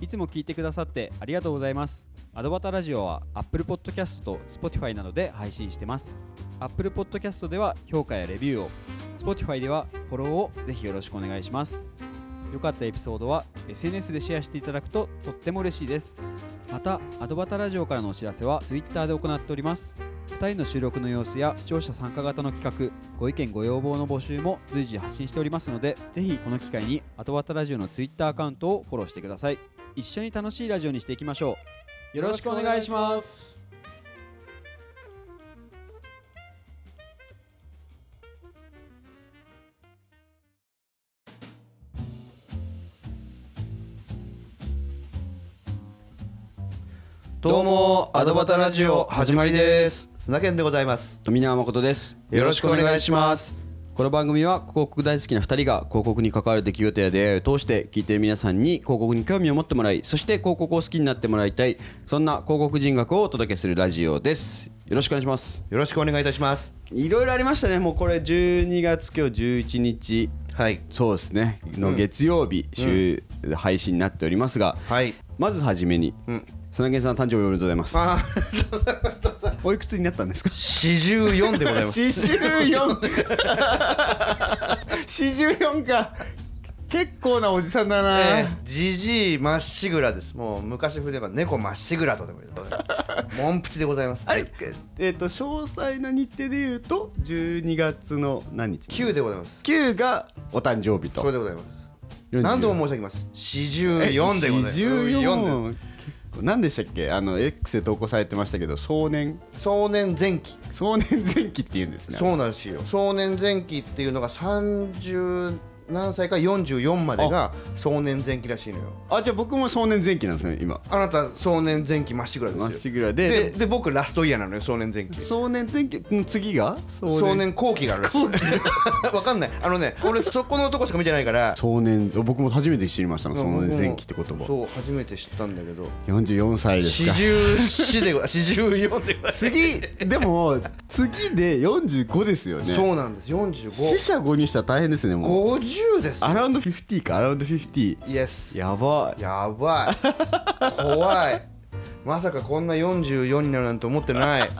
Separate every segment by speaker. Speaker 1: いつも聞いてくださってありがとうございます。アドバタラジオは Apple Podcast と Spotify などで配信してます。Apple Podcast では評価やレビューを、Spotify ではフォローをぜひよろしくお願いします。良かったエピソードは SNS でシェアしていただくととっても嬉しいです。また、アドバタラジオからのお知らせは Twitter で行っております。2人の収録の様子や視聴者参加型の企画、ご意見ご要望の募集も随時発信しておりますので、ぜひこの機会にアドバタラジオの Twitter アカウントをフォローしてください。一緒に楽しいラジオにしていきましょうよろしくお願いします
Speaker 2: すどうもアドバタラジオ始まりです砂健でございます
Speaker 1: 富永誠です
Speaker 2: よろしくお願いします
Speaker 1: この番組は広告大好きな2人が広告に関わる出来事や出会いを通して聞いている皆さんに広告に興味を持ってもらいそして広告を好きになってもらいたいそんな広告人学をお届けするラジオですよろしくお願いします
Speaker 2: よろしくお願いいたします
Speaker 1: いろいろありましたねもうこれ12月今日11日
Speaker 2: はい
Speaker 1: そうですねの月曜日、週配信になっておりますが、
Speaker 2: はい
Speaker 1: まずはじめに、
Speaker 2: うん
Speaker 1: 砂源さん誕生日おめでとうございます
Speaker 2: あ
Speaker 1: おいくつになったんですか
Speaker 2: 四十四でございます
Speaker 1: 44 44か結構なおじさんだな、
Speaker 2: えーじじいまっしぐらですもう昔風で言えば猫まっしぐらとでも言うモンプチでございます
Speaker 1: あれえっ、と詳細な日程で言うと12月の何日
Speaker 2: 九でございます
Speaker 1: 9がお誕生日
Speaker 2: それ
Speaker 1: と
Speaker 2: でございます何度も申し上げます四十四でございます44
Speaker 1: 44結構何でしたっけあの X で投稿されてましたけど壮年
Speaker 2: で壮年前期
Speaker 1: 壮年前期って言うんですね
Speaker 2: そうなんですよ壮年前期っていうのが30何歳か44までが壮年前期らしいのよ
Speaker 1: あじゃあ僕も壮年前期なんですね今
Speaker 2: あなた壮年前期まっしぐらですよ
Speaker 1: まっしぐら
Speaker 2: で
Speaker 1: でで
Speaker 2: で僕ラストイヤーなのよ壮年前期
Speaker 1: 壮年前期の次が
Speaker 2: 壮年後期があるらしい わかんないあのね俺そこのとこしか見てないから
Speaker 1: 壮年僕も初めて知りましたのその前期って言葉
Speaker 2: そう初めて知ったんだけど
Speaker 1: 44歳です
Speaker 2: 四
Speaker 1: か
Speaker 2: 十四でご四十四でご
Speaker 1: 次でも次で45ですよね
Speaker 2: そうなんです四十
Speaker 1: 四捨五入したら大変ですねもう
Speaker 2: 五五十です
Speaker 1: アラウンド50かアラウンド50
Speaker 2: イエス
Speaker 1: やばい
Speaker 2: やばい怖いまさかこんな44になるなんて思ってない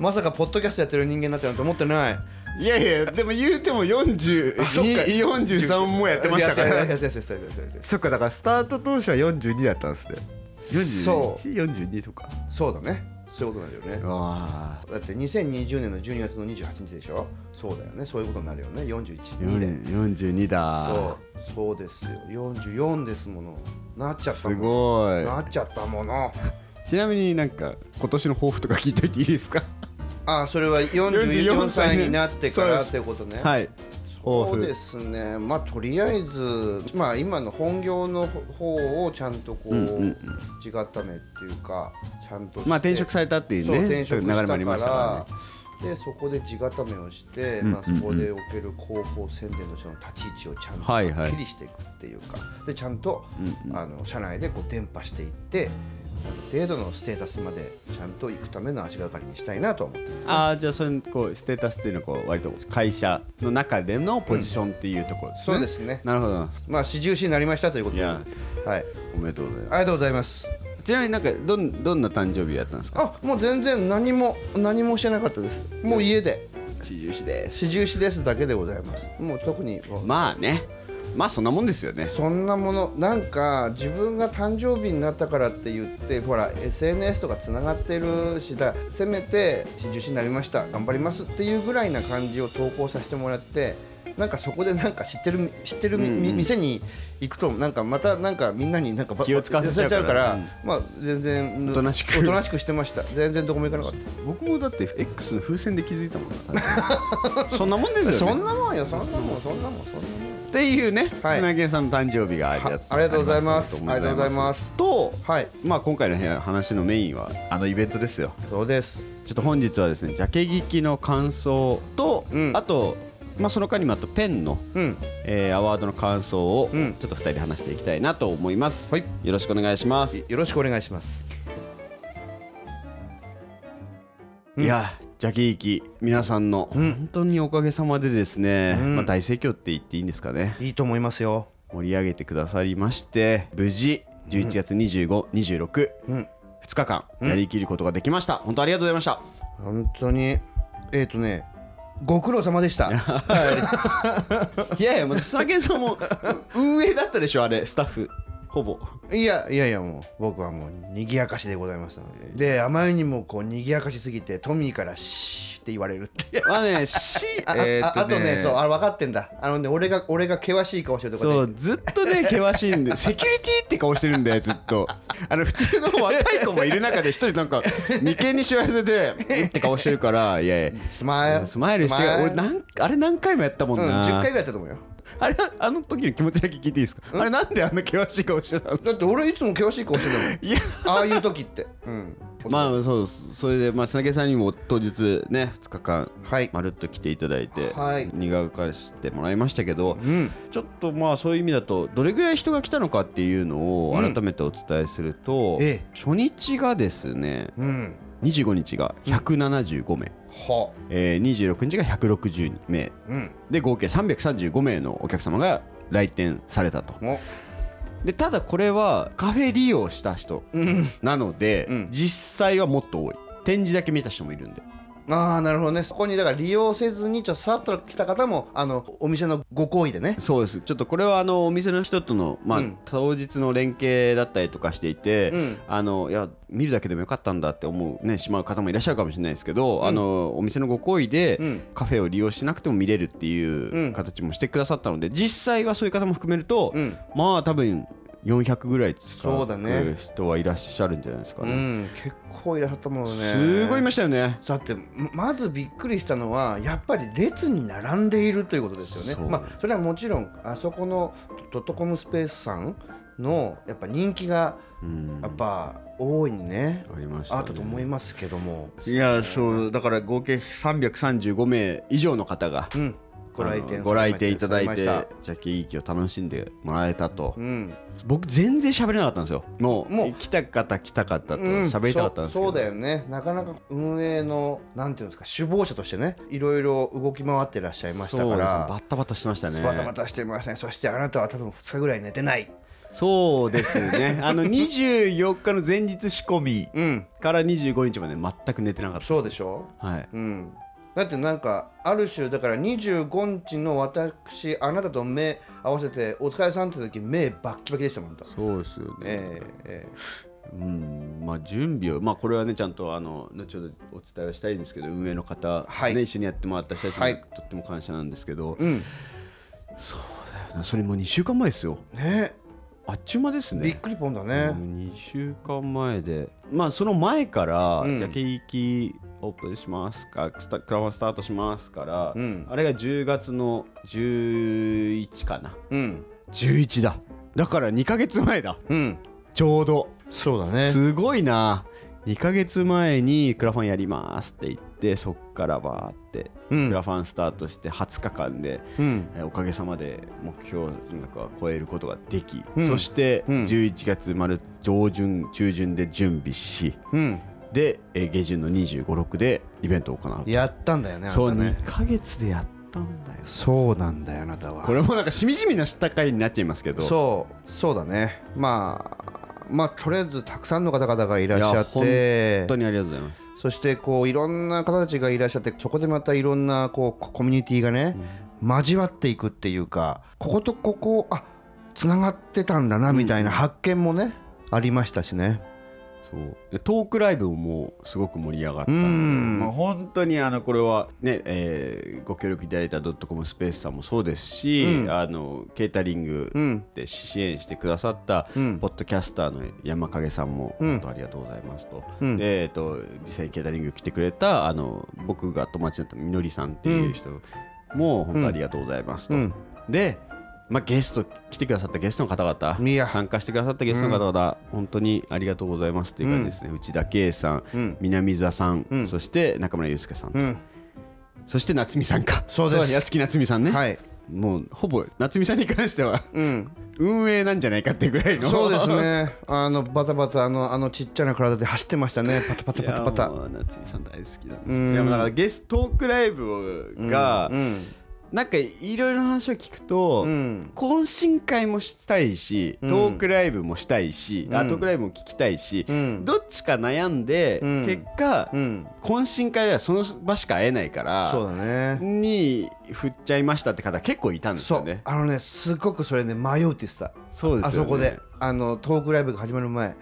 Speaker 2: まさかポッドキャストやってる人間になってるなんて思ってない
Speaker 1: いやいやでも言うても
Speaker 2: あそっか
Speaker 1: 4243もやってましたか
Speaker 2: やって
Speaker 1: ら
Speaker 2: やってやってやってやってやって
Speaker 1: そっかだからスタート当初は42だったんですね
Speaker 2: そう
Speaker 1: 4142とか
Speaker 2: そうだねそういうことなんだよね
Speaker 1: わあ
Speaker 2: だって2020年の12月の28日でしょそうだよねそういうことになるよね412で
Speaker 1: 42
Speaker 2: そ
Speaker 1: だ
Speaker 2: うそうですよ44ですものなっちゃった
Speaker 1: す
Speaker 2: もの
Speaker 1: ごい
Speaker 2: なっちゃったもの
Speaker 1: ちなみになんか今年の抱負とか聞いといていいですか
Speaker 2: あそれは44歳になってか
Speaker 1: そうで
Speaker 2: ら
Speaker 1: す
Speaker 2: ということね
Speaker 1: はい
Speaker 2: そうですすね、まあ、とりあえず、まあ、今の本業の方をちゃんとこう、
Speaker 1: うんうんうん
Speaker 2: 地固めっていうかちゃんとして
Speaker 1: まあ転職されたっていう
Speaker 2: そう
Speaker 1: ね
Speaker 2: 転職
Speaker 1: 流
Speaker 2: し
Speaker 1: れ
Speaker 2: た
Speaker 1: もありま
Speaker 2: か
Speaker 1: したからら
Speaker 2: でそこで地固めをして、
Speaker 1: うん
Speaker 2: まあ、そこでおける広報宣伝としての立ち位置をちゃんと
Speaker 1: はいはい
Speaker 2: はっきりしていくっていうか、でちゃんと、あの社内でこう伝播していってある程度のステータスまでちゃんと行くための足がかりにしたいなとは思ってます。
Speaker 1: ああじゃあそれこうステータスっていうのはこう割と会社の中でのポジションっていうところですね、
Speaker 2: そうですね、
Speaker 1: なるほど
Speaker 2: まあ、四十四になりましたということで、
Speaker 1: い
Speaker 2: は
Speaker 1: や
Speaker 2: い、
Speaker 1: おめでとうございま
Speaker 2: ありがとうございます。
Speaker 1: すちなみになんかどんどんな誕生日やったんですか
Speaker 2: あもう全然何も何もしてなかったですもう家で
Speaker 1: 四十四です
Speaker 2: 四十四ですだけでございますもう特に
Speaker 1: まあねまあそんなもんですよね
Speaker 2: そんなものなんか自分が誕生日になったからって言ってほら SNS とかつながってるしだせめて四十四になりました頑張りますっていうぐらいな感じを投稿させてもらってなんかそこでなんか知ってる知ってるみ、み店に行くとなんかまたなんかみんなになんかば
Speaker 1: 気を使わせちゃうから
Speaker 2: ば
Speaker 1: う
Speaker 2: まあ全然
Speaker 1: おとなしく
Speaker 2: おとなしくしてました全然どこも行かなかった
Speaker 1: 僕もだって X の風船で気づいたもん なそんなもんですよね
Speaker 2: そんなもんよそんなもんそんなもんそんなもん
Speaker 1: っていうね、
Speaker 2: はい
Speaker 1: 砂源さんの誕生日があり
Speaker 2: はありがとうございます
Speaker 1: ありがとうございますと、
Speaker 2: はい
Speaker 1: まあ、今回の部屋話のメインはあのイベントですよ
Speaker 2: そうです
Speaker 1: ちょっと本日はですねジャケ聞きの感想と、
Speaker 2: うん
Speaker 1: あと、まあ、その間にもあとペンの、
Speaker 2: うん
Speaker 1: えーアワードの感想をち
Speaker 2: う
Speaker 1: ょ
Speaker 2: ん
Speaker 1: っと2人で話していきたいなと思います、
Speaker 2: はい
Speaker 1: よろしくお願いします
Speaker 2: よろしくお願いします
Speaker 1: いやジャケ行き皆さんの、
Speaker 2: うん
Speaker 1: 本当におかげさまでですね、
Speaker 2: うん
Speaker 1: まあ、大盛況って言っていいんですかね
Speaker 2: いいと思いますよ
Speaker 1: 盛り上げてくださりまして無事11月25、26、
Speaker 2: うん
Speaker 1: 2日間やりきることができました、本当ありがとうございました
Speaker 2: 本当にえっ、とねご苦労様でした
Speaker 1: いやいや もう砂犬さんも運営だったでしょあれスタッフほぼ
Speaker 2: いやいやいやもう僕はもう賑やかしでございますのでであまりにもこう賑やかしすぎてトミーから「シー」って言われるって
Speaker 1: まあね C
Speaker 2: あ,、
Speaker 1: えー
Speaker 2: あ
Speaker 1: っと
Speaker 2: あとねそうあ分かってんだあのね俺が俺が険しい顔してるとこで
Speaker 1: そうずっとね険しい んでセキュリティって顔してるんだよずっとあの普通の若い子もいる中で一人なん か眉間にしわ寄せでうんって顔してるからいやい
Speaker 2: スマイ
Speaker 1: や
Speaker 2: ル
Speaker 1: スマイルして
Speaker 2: スマイル
Speaker 1: 俺なんあれ何回もやったもん
Speaker 2: うん、
Speaker 1: な、
Speaker 2: 10回ぐらいやったと思うよ
Speaker 1: あれあの時の気持ちだけ聞いていいですかあれなんであんな険しい顔してたんですか
Speaker 2: だって俺いつも険しい顔してる
Speaker 1: いや
Speaker 2: もんああいう時ってうん
Speaker 1: まあそうそれでまあ砂毛さんにも当日ね2日間
Speaker 2: はい
Speaker 1: まるっと来ていただいて、
Speaker 2: はい
Speaker 1: 苦がしてもらいましたけど、
Speaker 2: うん
Speaker 1: ちょっとまあそういう意味だとどれぐらい人が来たのかっていうのを
Speaker 2: うん
Speaker 1: 改めてお伝えすると、
Speaker 2: ええ
Speaker 1: 初日がですね
Speaker 2: うん
Speaker 1: 25日が175名、
Speaker 2: は
Speaker 1: えー26日が160名
Speaker 2: うん
Speaker 1: で合計335名のお客様が来店されたと
Speaker 2: お
Speaker 1: でただこれはカフェ利用した人
Speaker 2: うん
Speaker 1: なので、
Speaker 2: うん
Speaker 1: 実際はもっと多い展示だけ見た人もいるんで
Speaker 2: ああなるほどねそこにだから利用せずにちょっとさっと来た方もあのお店のご好意でね
Speaker 1: そうですちょっとこれはあのお店の人との、まあ
Speaker 2: うん
Speaker 1: 当日の連携だったりとかしていて、
Speaker 2: うん
Speaker 1: あのいや見るだけでもよかったんだって思う、ね、しまう方もいらっしゃるかもしれないですけど、あのお店のご好意で、
Speaker 2: うん
Speaker 1: カフェを利用しなくても見れるって
Speaker 2: う
Speaker 1: い
Speaker 2: ん
Speaker 1: う形もしてくださったので実際はそういう方も含めると、
Speaker 2: うん
Speaker 1: まあ多分400ぐらい
Speaker 2: そ
Speaker 1: 使
Speaker 2: うだ
Speaker 1: う
Speaker 2: ね
Speaker 1: 人はいらっしゃるんじゃないですか
Speaker 2: う
Speaker 1: ね。
Speaker 2: ん結構いらっしゃったもんね
Speaker 1: すごいいましたよね。
Speaker 2: だってままずびっくりしたのはやっぱり列に並んでいるということですよね
Speaker 1: そう
Speaker 2: まあそれはもちろんあそこのドットコムスペースさんのやっぱ人気が
Speaker 1: うん
Speaker 2: やっぱ大いにね
Speaker 1: ありましたね
Speaker 2: あったと思いますけども
Speaker 1: いやそうだから合計335名以上の方が
Speaker 2: うんご来
Speaker 1: あ
Speaker 2: 店
Speaker 1: のご来店いた
Speaker 2: さ
Speaker 1: だ
Speaker 2: れ
Speaker 1: い
Speaker 2: ま
Speaker 1: て
Speaker 2: し
Speaker 1: ジ
Speaker 2: た
Speaker 1: ャケイキを楽しんでもらえたと、
Speaker 2: うん
Speaker 1: 僕全然喋れなかったんですよもう
Speaker 2: もう
Speaker 1: 来た方来た方と
Speaker 2: うん
Speaker 1: 喋りたかったんですけど、
Speaker 2: そうそうだよねなかなか運営のなんていうんですか首謀者としてねいろいろ動き回ってらっしゃいました
Speaker 1: そう
Speaker 2: か
Speaker 1: ですね
Speaker 2: ら
Speaker 1: バッタバタしてましたね
Speaker 2: バタバタしてましたねそしてあなたは多分2日ぐらい寝てない
Speaker 1: そうですね あの24日の前日仕込み
Speaker 2: うん
Speaker 1: から25日まで全く寝てなかった
Speaker 2: そうでしょ
Speaker 1: はい
Speaker 2: うんだってなんかある種だから25日の私あなたと目合わせてお疲れさんって時目バッキバキでしたもんだ
Speaker 1: そうですよね、
Speaker 2: えええ
Speaker 1: うんまあ準備をまあこれはねちゃんとあの後ほどお伝えはしたいんですけど運営の方、
Speaker 2: はい
Speaker 1: ね、一緒にやってもらった人たちに、
Speaker 2: はい
Speaker 1: とっても感謝なんですけど、
Speaker 2: えうん
Speaker 1: それも2週間前ですよ
Speaker 2: ね
Speaker 1: あっちゅう間ですね
Speaker 2: びっくりぽんだね、
Speaker 1: 2週間前でまあその前から、
Speaker 2: うん
Speaker 1: じゃあケーキオープンしますかスタクラファンスタートしますから、
Speaker 2: うん
Speaker 1: あれが10月の11かな
Speaker 2: うん
Speaker 1: 11だだから2ヶ月前だ
Speaker 2: うん
Speaker 1: ちょうど
Speaker 2: そうだね
Speaker 1: すごいな2ヶ月前にクラファンやりますって言ってそっからバーって
Speaker 2: う
Speaker 1: クラ
Speaker 2: ん
Speaker 1: ファンスタートして20日間で、
Speaker 2: うん
Speaker 1: えーおかげさまで目標金額は超えることができ、
Speaker 2: うん
Speaker 1: そして
Speaker 2: うん
Speaker 1: 11月まで上旬中旬で準備し
Speaker 2: うん
Speaker 1: で、えー下旬の2 5 6でイベントを行う、
Speaker 2: やったんだよね
Speaker 1: そう
Speaker 2: あなたね
Speaker 1: 2ヶ月でやったんだよ
Speaker 2: そうなんだよあなたは
Speaker 1: これもなんかしみじみなした回になっちゃいますけど
Speaker 2: そうそうだねまあまあとりあえずたくさんの方々がいらっしゃっ
Speaker 1: い
Speaker 2: て
Speaker 1: 本当にありがとうございます
Speaker 2: そしてこういろんな方たちがいらっしゃってそこでまたいろんなこうココミュニティがね、交わっていくっていうかこことここあつながってたんだなみたいな発見もね、ありましたしね
Speaker 1: そうでトークライブももうすごく盛り上がった
Speaker 2: うん
Speaker 1: まあ、本当にあのこれは、ねえーご協力いただいたドットコムスペースさんもそうですし、
Speaker 2: うん
Speaker 1: あのケータリング
Speaker 2: うん
Speaker 1: で支援してくださった
Speaker 2: うん
Speaker 1: ポッドキャスターの山影さんも
Speaker 2: うん
Speaker 1: 本当ありがとうございますと、
Speaker 2: うん
Speaker 1: でえっと実際にケータリング来てくれたあの僕が友達だったみのりさんっていう人も本当ありがとうございますと、
Speaker 2: うん
Speaker 1: で、まあ、ゲスト来てくださったゲストの方々
Speaker 2: いや
Speaker 1: 参加してくださったゲストの方々、本当にありがとうございますっていう感じですね、内田圭さん、
Speaker 2: うん
Speaker 1: 南座さん、
Speaker 2: うん
Speaker 1: そして中村祐介さん、
Speaker 2: うん
Speaker 1: そして夏美さんか
Speaker 2: そうです
Speaker 1: 夏木夏美さんね、
Speaker 2: はい
Speaker 1: もうほぼ夏美さんに関しては
Speaker 2: うん
Speaker 1: 運営なんじゃないかっていうぐらいの
Speaker 2: そうですねあのバタバタあのあのちっちゃな体で走ってましたねパタパタ
Speaker 1: い
Speaker 2: パ
Speaker 1: や
Speaker 2: タパタ
Speaker 1: もう夏美さん大好きなんですけ
Speaker 2: う
Speaker 1: ど
Speaker 2: ん
Speaker 1: いやだからゲストトークライブが、
Speaker 2: うん
Speaker 1: なんかいろいろな話を聞くと、
Speaker 2: うん
Speaker 1: 懇親会もしたいし、
Speaker 2: うん
Speaker 1: トークライブもしたいし、
Speaker 2: う
Speaker 1: あ
Speaker 2: ん
Speaker 1: トークライブも聞きたいし、
Speaker 2: うん
Speaker 1: どっちか悩んで、
Speaker 2: うん
Speaker 1: 結果、
Speaker 2: うん
Speaker 1: 懇親会ではその場しか会えないから
Speaker 2: そうだね
Speaker 1: に振っちゃいましたって方結構いたんです
Speaker 2: そ
Speaker 1: よ
Speaker 2: う
Speaker 1: ね。
Speaker 2: あのねすごくそれね迷うって言ってた
Speaker 1: そうで
Speaker 2: あ
Speaker 1: すよね
Speaker 2: そこであのトークライブが始まる前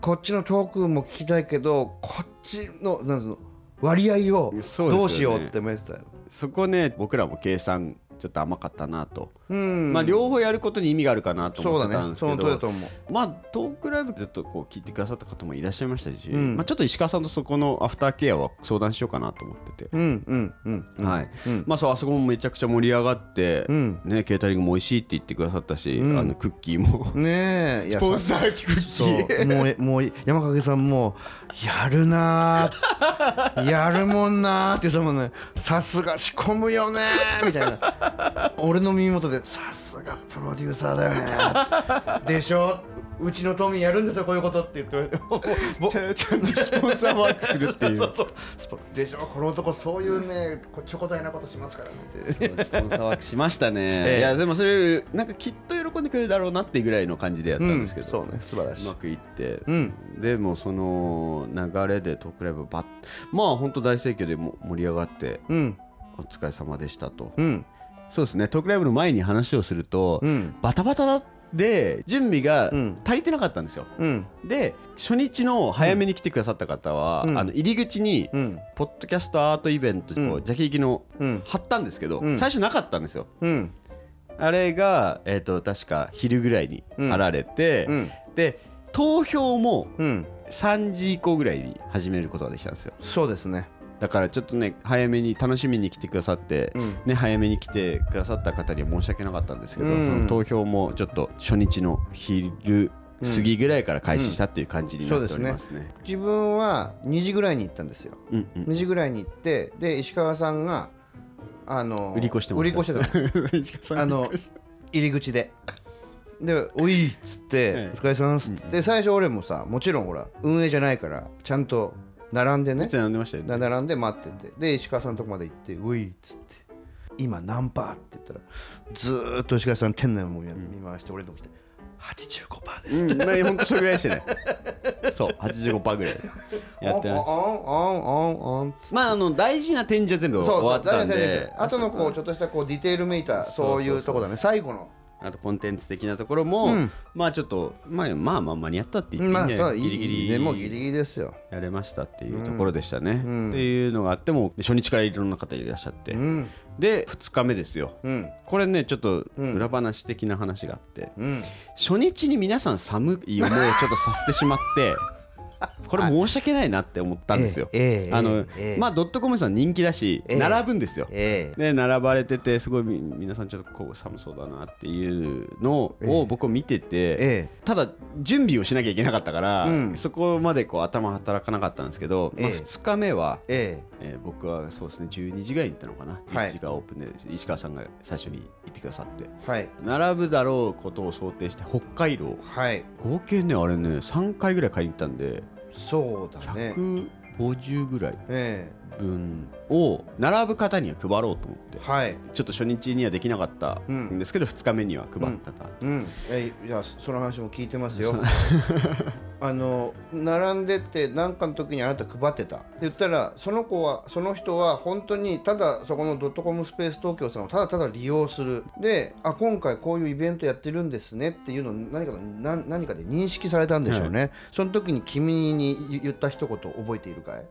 Speaker 2: こっちのトークも聞きたいけどこっちのなんつうの割合を
Speaker 1: そうですよね
Speaker 2: どうしようって迷ってたよ
Speaker 1: そこね僕らも計算ちょっと甘かったなと、
Speaker 2: うん
Speaker 1: まあ両方やることに意味があるかなと
Speaker 2: そ
Speaker 1: 思っ
Speaker 2: う
Speaker 1: てた
Speaker 2: だ
Speaker 1: ん
Speaker 2: ね
Speaker 1: です
Speaker 2: そ
Speaker 1: け
Speaker 2: の
Speaker 1: ど、
Speaker 2: 通りだと思う
Speaker 1: まあトークライブずっとこう聞いてくださった方もいらっしゃいましたし、
Speaker 2: うん
Speaker 1: まあ、ちょっと石川さんとそこのアフターケアは相談しようかなと思ってて、
Speaker 2: うんうんうんうん
Speaker 1: はい
Speaker 2: うん
Speaker 1: まあそうあそこもめちゃくちゃ盛り上がって、
Speaker 2: うん
Speaker 1: ね、ケータリングも美味しいって言ってくださったし、
Speaker 2: うん
Speaker 1: あのクッキーも
Speaker 2: ねえい
Speaker 1: ス
Speaker 2: や
Speaker 1: ポンサーク
Speaker 2: そ
Speaker 1: ッキー
Speaker 2: うもうもう山影さんもやるなーやるもんなーって言ってたもんねさすが仕込むよねーみたいな俺の耳元でさすがプロデューサーだよねーでしょうちのトミーやるんですよこういうことって言ってもうぼ
Speaker 1: ちゃんちゃんとスポンサーワークするっていう
Speaker 2: そうそうスポでしょこの男そういうねこちょこざいなことしますからねって
Speaker 1: そうスポンサーワークしましたね、
Speaker 2: ええ
Speaker 1: いやでもそれなんかきっと喜んでくれるだろうなっていうぐらいの感じでやったんですけど、
Speaker 2: そうね素晴らし
Speaker 1: う
Speaker 2: い
Speaker 1: まくいって、
Speaker 2: うん
Speaker 1: でもその流れでトークライブバッまあ本当大盛況でも盛り上がって
Speaker 2: うん
Speaker 1: お疲れ様でしたと、
Speaker 2: うん
Speaker 1: そうですねトークライブの前に話をすると、
Speaker 2: うん
Speaker 1: バタバタで準備が
Speaker 2: うん
Speaker 1: 足りてなかったんですよ、
Speaker 2: うん
Speaker 1: で初日の早めに来てくださった方は、
Speaker 2: うん
Speaker 1: あの入り口に、
Speaker 2: うん
Speaker 1: ポッドキャストアートイベント、こ
Speaker 2: う
Speaker 1: うんジャケ行きの
Speaker 2: うん
Speaker 1: 貼ったんですけど、
Speaker 2: うん
Speaker 1: 最初なかったんですよ
Speaker 2: うん
Speaker 1: あれが、えー、と確か昼ぐらいに貼られて、
Speaker 2: うん
Speaker 1: で投票も
Speaker 2: うん
Speaker 1: 3時以降ぐらいに始めることができたんですよ
Speaker 2: そうですね
Speaker 1: だからちょっとね早めに楽しみに来てくださって、
Speaker 2: うん
Speaker 1: ね、早めに来てくださった方には申し訳なかったんですけど、
Speaker 2: うん
Speaker 1: その投票もちょっと初日の昼過ぎぐらいから開始したっていう感じになっておりますね。
Speaker 2: 自分は2時ぐらいに行ったんですよ
Speaker 1: うんうん
Speaker 2: 2時ぐらいに行ってで石川さんがあの
Speaker 1: 売り越してました
Speaker 2: 売り越して
Speaker 1: てた石川さん
Speaker 2: たあの入り口でで「おい」っつって
Speaker 1: はい
Speaker 2: 「お疲れさん」っつってで最初俺もさもちろんほら運営じゃないからちゃんと並んでね
Speaker 1: 並んでましたよね
Speaker 2: な並んで待っててで石川さんのとこまで行って「うい」っつって「今何パー?」って言ったらずーっと石川さん店内も見見回して俺のとこ来て「85%です」
Speaker 1: うん、まあ、ほんとそれぐらいしてね。 そう、85%ぐらいやって
Speaker 2: オン
Speaker 1: ま
Speaker 2: オンオンオンオン
Speaker 1: す。まあ、あの、大事な展示は全部
Speaker 2: そう
Speaker 1: 終
Speaker 2: そ
Speaker 1: わ
Speaker 2: う
Speaker 1: ったん
Speaker 2: 大丈夫
Speaker 1: で
Speaker 2: 大丈、夫あとのこうちょっとしたこうディテールめい
Speaker 1: そう
Speaker 2: た
Speaker 1: そう
Speaker 2: そういうとこだね最後の
Speaker 1: あとコンテンツ的なところも、
Speaker 2: うん
Speaker 1: まあちょっと、まあ、まあまあ間に合ったって言って、
Speaker 2: まあ
Speaker 1: ね
Speaker 2: そうい
Speaker 1: ギリ
Speaker 2: い
Speaker 1: ギ
Speaker 2: いい
Speaker 1: リ
Speaker 2: ねもうギリギリですよ
Speaker 1: やれましたっていうところでしたね、
Speaker 2: うん
Speaker 1: っていうのがあってもう初日からいろんな方いらっしゃって、
Speaker 2: うん
Speaker 1: で2日目ですよ
Speaker 2: うん
Speaker 1: これねちょっと
Speaker 2: うん
Speaker 1: 裏話的な話があって、
Speaker 2: うん
Speaker 1: 初日に皆さん寒い思いをちょっとさせてしまって これ申し訳ないなって思ったんですよ、
Speaker 2: ええええ
Speaker 1: あの
Speaker 2: ええ
Speaker 1: まあドットコムさん人気だし、
Speaker 2: ええ
Speaker 1: 並ぶんですよ、
Speaker 2: ええ
Speaker 1: で並ばれててすごいみ皆さんちょっとこう寒そうだなっていうの
Speaker 2: え
Speaker 1: を僕を見てて、
Speaker 2: え
Speaker 1: ただ準備をしなきゃいけなかったから、
Speaker 2: うん
Speaker 1: そこまでこう頭働かなかったんですけど、まあ、
Speaker 2: ええ
Speaker 1: 2日目は、
Speaker 2: ええ
Speaker 1: えー僕はそうですね12時ぐらいに行ったのかな
Speaker 2: はい
Speaker 1: 11時がオープンで、石川さんが最初に行ってくださって
Speaker 2: えはい
Speaker 1: 並ぶだろうことを想定して北海道
Speaker 2: はい
Speaker 1: 合計ねあれね3回ぐらい買いに行ったんで
Speaker 2: そうだね
Speaker 1: 150ぐらい
Speaker 2: え
Speaker 1: 分を並ぶ方には配ろうと思って
Speaker 2: えはい
Speaker 1: ちょっと初日にはできなかったんですけど、二2日目には配ったか、
Speaker 2: うんえいやその話も聞いてますよ あの並んでって何かの時にあなた配ってたって言ったらその子はその人は本当にただそこのドットコムスペース東京さんをただただ利用するであ今回こういうイベントやってるんですねっていうのを何かのな何かで認識されたんでしょうね、その時に君に言った一言覚えているかい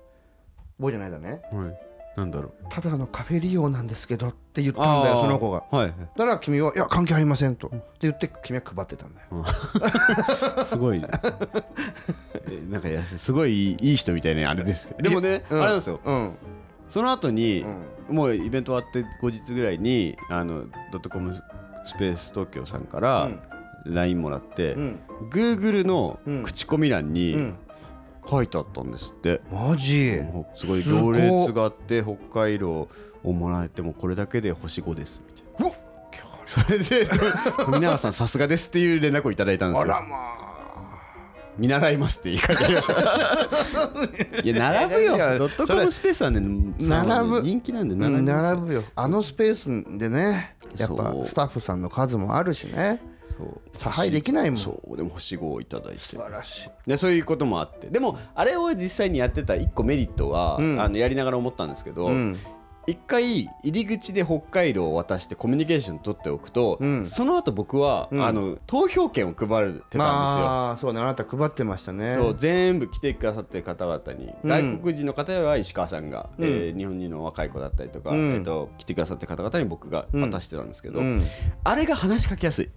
Speaker 2: 覚えてないだね
Speaker 1: はい、なんだろう
Speaker 2: ただあのカフェ利用なんですけどって言ったんだよその子が。
Speaker 1: はい
Speaker 2: だから君は「いや関係ありません」と、って言って君は配ってたんだよ
Speaker 1: す ごいえなんかいやすごいいいいい人みたいなあれですけどでもね、
Speaker 2: うん
Speaker 1: あれなんですよ
Speaker 2: うん
Speaker 1: その後に
Speaker 2: う、ん
Speaker 1: もうイベント終わって後日ぐらいにあのドットコムスペース東京さんか
Speaker 2: う
Speaker 1: ら
Speaker 2: ん
Speaker 1: LINE もらって、
Speaker 2: うん
Speaker 1: Google の
Speaker 2: うん
Speaker 1: 口コミ欄
Speaker 2: う
Speaker 1: に
Speaker 2: ん
Speaker 1: 書いてあったんですって、
Speaker 2: マジ
Speaker 1: もうすごい行列があって北海道をもらえてもこれだけで星5ですみたいな。
Speaker 2: うわ
Speaker 1: それで富永さんさすがですっていう連絡をいただいたんです
Speaker 2: あ
Speaker 1: よ
Speaker 2: らまあ
Speaker 1: 見習いますって言いかけました。 いや、並ぶよ
Speaker 2: いやいや。
Speaker 1: ドット
Speaker 2: そ
Speaker 1: コ
Speaker 2: れ
Speaker 1: ムスペースはね、
Speaker 2: 並ぶ
Speaker 1: 人気なんで並
Speaker 2: 並
Speaker 1: びますよ
Speaker 2: 並ぶよあのスペースでねやっぱ
Speaker 1: そう
Speaker 2: スタッフさんの数もあるしね
Speaker 1: そう
Speaker 2: 差配できないもん素
Speaker 1: そう、でも星5をいただいて。
Speaker 2: 晴らしい
Speaker 1: でそういうこともあってでもあれを実際にやってた一個メリットは、
Speaker 2: うん
Speaker 1: あのやりながら思ったんですけど、
Speaker 2: うん
Speaker 1: 一回入り口で北海道を渡してコミュニケーション取っておくと、
Speaker 2: うん
Speaker 1: その後僕は、
Speaker 2: うん
Speaker 1: あの投票券を配ってたん
Speaker 2: まあそうねあなた配ってましたね
Speaker 1: ですよ。そう全部来てくださってる方々に、
Speaker 2: うん
Speaker 1: 外国人の方は石川さんが、
Speaker 2: うん
Speaker 1: えー日本人の若い子だったりとか、
Speaker 2: うん
Speaker 1: えー、と来てくださってる方々に僕が渡してたんですけど、
Speaker 2: うん、
Speaker 1: あれが話しかけやすい。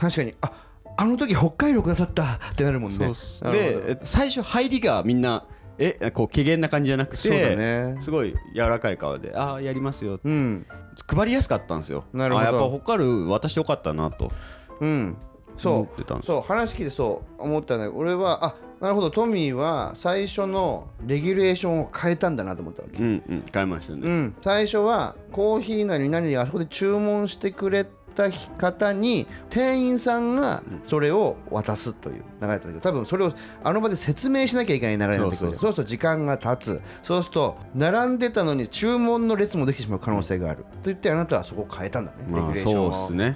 Speaker 2: 確かにああの時北海道くださったってなるもんね
Speaker 1: そうで最初入りがみんなえこう機嫌な感じじゃなくて
Speaker 2: そうだね
Speaker 1: すごい柔らかい顔で「ああやりますよ」
Speaker 2: うん
Speaker 1: 配りやすかったんですよ
Speaker 2: なるほど
Speaker 1: あーやっぱ北海道渡してよかったなと
Speaker 2: うん
Speaker 1: 思
Speaker 2: そ
Speaker 1: ってたん
Speaker 2: う
Speaker 1: です
Speaker 2: そう話聞いてそう思ったね俺はあなるほどトミーは最初のレギュレーションを変えたんだなと思ったわけ
Speaker 1: うんうん変えました
Speaker 2: う
Speaker 1: ね、
Speaker 2: ん、最初はコーヒーなり何なりあそこで注文してくれた方に店員さんがそれを渡すという流れだったけど多分それをあの場で説明しなきゃいけない流れになってくるじゃん
Speaker 1: そ
Speaker 2: そうすると時間が経つそうすると並んでたのに注文の列もできてしまう可能性があると言ってあなたはそこを変えたんだね、
Speaker 1: ま
Speaker 2: レ
Speaker 1: あ
Speaker 2: ギュレーション
Speaker 1: そう
Speaker 2: を
Speaker 1: っすね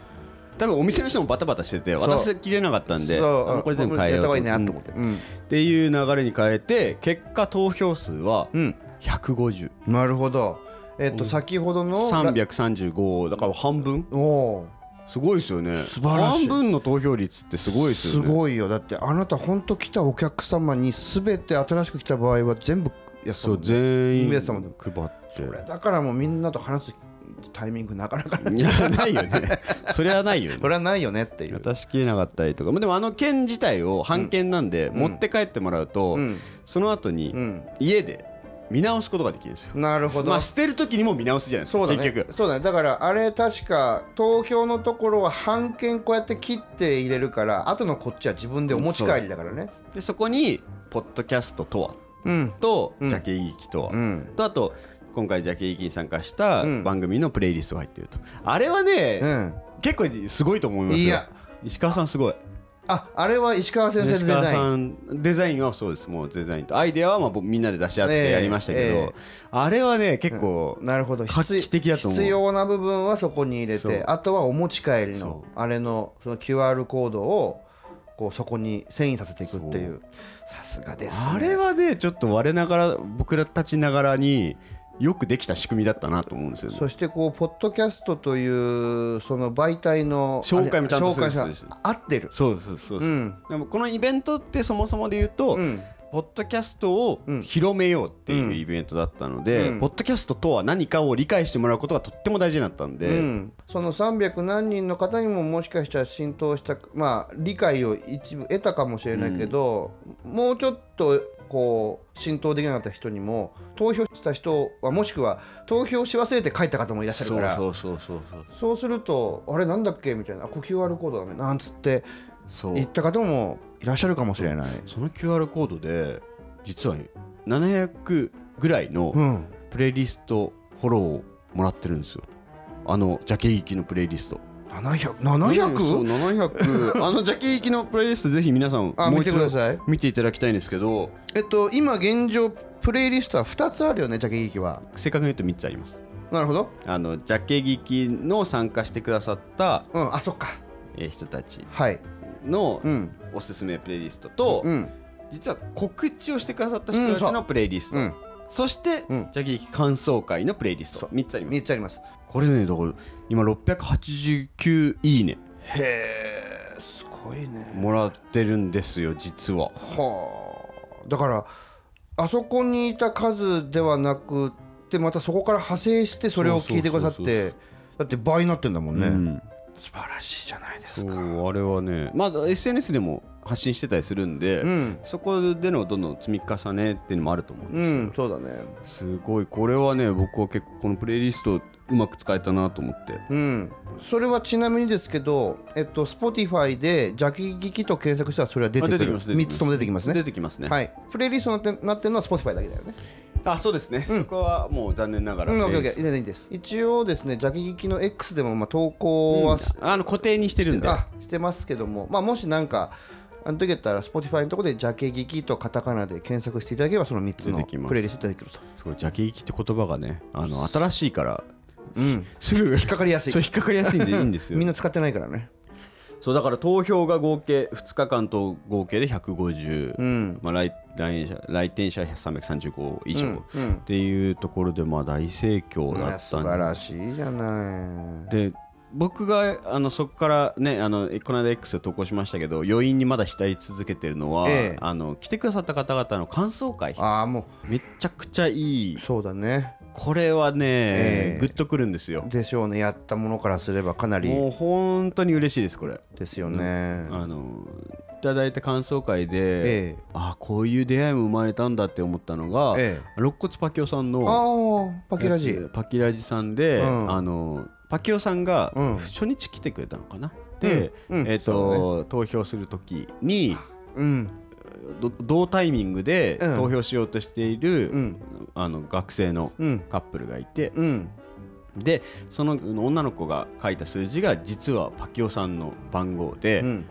Speaker 1: 多分お店の人もバタバタしてて
Speaker 2: そう
Speaker 1: 渡せきれなかったんで
Speaker 2: そう
Speaker 1: あのこれ全部変え
Speaker 2: や
Speaker 1: よ
Speaker 2: っ
Speaker 1: うと
Speaker 2: た方がいいなと
Speaker 1: 思
Speaker 2: 思
Speaker 1: っ
Speaker 2: っててうん、
Speaker 1: っていう流れに変えて結果投票数は
Speaker 2: うん
Speaker 1: 150、
Speaker 2: なるほどえっ、と先ほどの
Speaker 1: 335だから半分
Speaker 2: おおー
Speaker 1: すごいですよね
Speaker 2: 素晴らしい
Speaker 1: 半分の投票率ってすごいですよね
Speaker 2: ごいよだってあなた本当来たお客様に全て新しく来た場合は全部やった
Speaker 1: そ
Speaker 2: もん
Speaker 1: う
Speaker 2: ね
Speaker 1: 全員
Speaker 2: 皆
Speaker 1: 配っ
Speaker 2: 様で
Speaker 1: て
Speaker 2: これだからもうみんなと話すタイミングなかなかない
Speaker 1: いやないよね それはないよね
Speaker 2: それはないよねっていう、
Speaker 1: 渡しきれなかったりとかまあでもあの券自体を半券なんで持って帰ってもらうと、
Speaker 2: うん
Speaker 1: その後に
Speaker 2: うん、
Speaker 1: 家で見直すことができるんですよ、
Speaker 2: なるほど、
Speaker 1: まあ捨てる時にも見直すじゃないですか
Speaker 2: そうだね
Speaker 1: 結局
Speaker 2: そうだねだからあれ確か投票のところは半券こうやって切って入れるから後のこっちは自分でお持ち帰りだからね
Speaker 1: でそこに「ポッドキャストとは
Speaker 2: うん」
Speaker 1: と「
Speaker 2: うん
Speaker 1: ジャケイキとは」
Speaker 2: うん
Speaker 1: とあと今回ジャケイキに参加した
Speaker 2: うん
Speaker 1: 番組のプレイリストが入ってるとあれはね、
Speaker 2: うん
Speaker 1: 結構すごいと思いますよ
Speaker 2: いや
Speaker 1: 石川さんすごい
Speaker 2: ああれは石川先生
Speaker 1: 石
Speaker 2: のデ
Speaker 1: 川
Speaker 2: ザイン
Speaker 1: さんデザインはそうですもうデザインとアイデアはまあぼみんなで出し合っ
Speaker 2: ええ
Speaker 1: てやりましたけど、
Speaker 2: ええ
Speaker 1: あれはね結構、
Speaker 2: なるほど
Speaker 1: 画期的だと思う
Speaker 2: 必要な部分はそこに入れ
Speaker 1: そ
Speaker 2: て
Speaker 1: う
Speaker 2: あとはお持ち帰りの
Speaker 1: そ
Speaker 2: あれのその QR コードをこうそこに遷移させていくっていうさすがです、ね、
Speaker 1: あれはねちょっと我ながら僕らたちながらによくできた仕組みだったなと思うんですよね
Speaker 2: そしてこうポッドキャストというその媒体の
Speaker 1: 紹介もちゃんと
Speaker 2: あれ紹介
Speaker 1: するし
Speaker 2: 者合ってる
Speaker 1: そうそうそうそう
Speaker 2: うん
Speaker 1: でもこのイベントってそもそもで言うと、
Speaker 2: うん
Speaker 1: ポッドキャストを
Speaker 2: うん
Speaker 1: 広めようって
Speaker 2: うん
Speaker 1: いうイベントだったので、
Speaker 2: うん
Speaker 1: ポッドキャストとは何かを理解してもらうことがとっても大事になったんで、
Speaker 2: うん、その300何人の方にももしかしたら浸透した、まあ、理解を一部得たかもしれないけど、もうちょっとこう浸透できなかった人にも投票した人はもしくは投票し忘れて帰った方もいらっしゃるからそう
Speaker 1: うそうそうそう
Speaker 2: するとあれなんだっけみたいなあこれ QR コードだねなんつって
Speaker 1: そう
Speaker 2: 言った方もいらっしゃるかもしれない。
Speaker 1: その QR コードで実は700ぐらいの
Speaker 2: うん、
Speaker 1: プレイリストフォローをもらってるんですよあのジャケイキのプレイリスト
Speaker 2: 700?
Speaker 1: そう
Speaker 2: 700?
Speaker 1: 700あのジャケイキのプレイリストぜひ皆さん
Speaker 2: あ
Speaker 1: もう
Speaker 2: 見て
Speaker 1: 一
Speaker 2: くだ
Speaker 1: 度
Speaker 2: さい
Speaker 1: 見ていただきたいんですけど
Speaker 2: えっと今現状プレイリストは2つあるよねジャケ劇は
Speaker 1: 正確に言うと3つあります
Speaker 2: なるほど
Speaker 1: あのジャケイキの参加してくださった
Speaker 2: うんあそっか
Speaker 1: えー人たち
Speaker 2: はい
Speaker 1: の
Speaker 2: うん
Speaker 1: おすすめプレイリストと、
Speaker 2: うん
Speaker 1: 実は告知をしてくださった人た
Speaker 2: うん
Speaker 1: ち
Speaker 2: そ
Speaker 1: のプレイリスト、
Speaker 2: うん
Speaker 1: そして、
Speaker 2: うん
Speaker 1: ジャケイキ感想会のプレイリス
Speaker 2: そ
Speaker 1: ト
Speaker 2: う
Speaker 1: 3つあります
Speaker 2: 3つあります
Speaker 1: これねだから今689いいね
Speaker 2: へえすごいね
Speaker 1: もらってるんですよ実は
Speaker 2: はあだからあそこにいた数ではなくってまたそこから派生してそれを聞いてくださ
Speaker 1: そ
Speaker 2: っ
Speaker 1: うそう
Speaker 2: てだって倍になってんだもんね、
Speaker 1: うん
Speaker 2: 素晴らしいじゃないで
Speaker 1: そ
Speaker 2: すか
Speaker 1: うあれはねまあ SNS でも発信してたりするんで、
Speaker 2: うん
Speaker 1: そこでのどんどん積み重ねっていうのもあると思うん
Speaker 2: う
Speaker 1: ですよ、
Speaker 2: んそうだね
Speaker 1: すごいこれはね僕は結構このプレイリストうまく使えたなと思って
Speaker 2: うん、それはちなみにですけど、えっと、Spotify で「ジャキギキ」と検索したらそれは出てくる
Speaker 1: あ出てきます出てき
Speaker 2: 3
Speaker 1: ます
Speaker 2: つとも出てきますね
Speaker 1: 出てきますね、
Speaker 2: はい、プレイリストになってなってるのは Spotify だけだよね
Speaker 1: あそうですね、そこはもう残念ながら、
Speaker 2: うん、オッ
Speaker 1: プ
Speaker 2: ケーオ
Speaker 1: レイリ
Speaker 2: ッケー
Speaker 1: ス
Speaker 2: 全然いいです一応ですねジャケ聞きの X でもまあ投稿はし,、
Speaker 1: トあの固定にしてるんで
Speaker 2: あしてますけども、まあ、もしなんかあの時やったら Spotify のところで「ジャケ聞き」とカタカナで検索していただければその3つの
Speaker 1: 出てきます
Speaker 2: プレイリスト出てくると、
Speaker 1: すごいジャケ行きって言葉がねあの新しいから
Speaker 2: うん、
Speaker 1: すぐ引
Speaker 2: っかかりやすい
Speaker 1: そう引っかかりやすいんでいいんですよ
Speaker 2: みんな使ってないからね
Speaker 1: そうだから投票が合計2日間と合計で150、
Speaker 2: うん
Speaker 1: まあ、来来園者来店者335以上、
Speaker 2: うんうん
Speaker 1: っていうところでまあ大盛況
Speaker 2: い
Speaker 1: だ
Speaker 2: や
Speaker 1: った
Speaker 2: 素
Speaker 1: ん
Speaker 2: 晴
Speaker 1: で
Speaker 2: らしいじゃない
Speaker 1: で僕があのそこからねあのこの間 X で投稿しましたけど余韻にまだ浸り続けてるのは、
Speaker 2: ええ
Speaker 1: あの来てくださった方々の感想会
Speaker 2: ああも
Speaker 1: めちゃくちゃいいう
Speaker 2: そうだね
Speaker 1: これはね、
Speaker 2: ええ
Speaker 1: グッとくるんですよ
Speaker 2: でしょうねやったものからすればかな
Speaker 1: も
Speaker 2: り
Speaker 1: う本当に嬉しいですこれ
Speaker 2: ですよね、
Speaker 1: あのいただいた感想会で、
Speaker 2: ええ
Speaker 1: あこういう出会いも生まれたんだって思ったのが、
Speaker 2: え
Speaker 1: 肋骨パキオさん
Speaker 2: え
Speaker 1: の
Speaker 2: ああパキラジ
Speaker 1: パキラジさんで、
Speaker 2: うん
Speaker 1: あのパキオさんが
Speaker 2: うん
Speaker 1: 初日来てくれたのかな、で、
Speaker 2: うんうん
Speaker 1: えっ
Speaker 2: そ
Speaker 1: と投票する時に
Speaker 2: うん
Speaker 1: ど同タイミングで
Speaker 2: うん
Speaker 1: 投票しようとしている、
Speaker 2: うん
Speaker 1: あの学生の
Speaker 2: うん
Speaker 1: カップルがいて、
Speaker 2: うん
Speaker 1: でその女の子が書いた数字が実はパキオさんの番号で、
Speaker 2: うん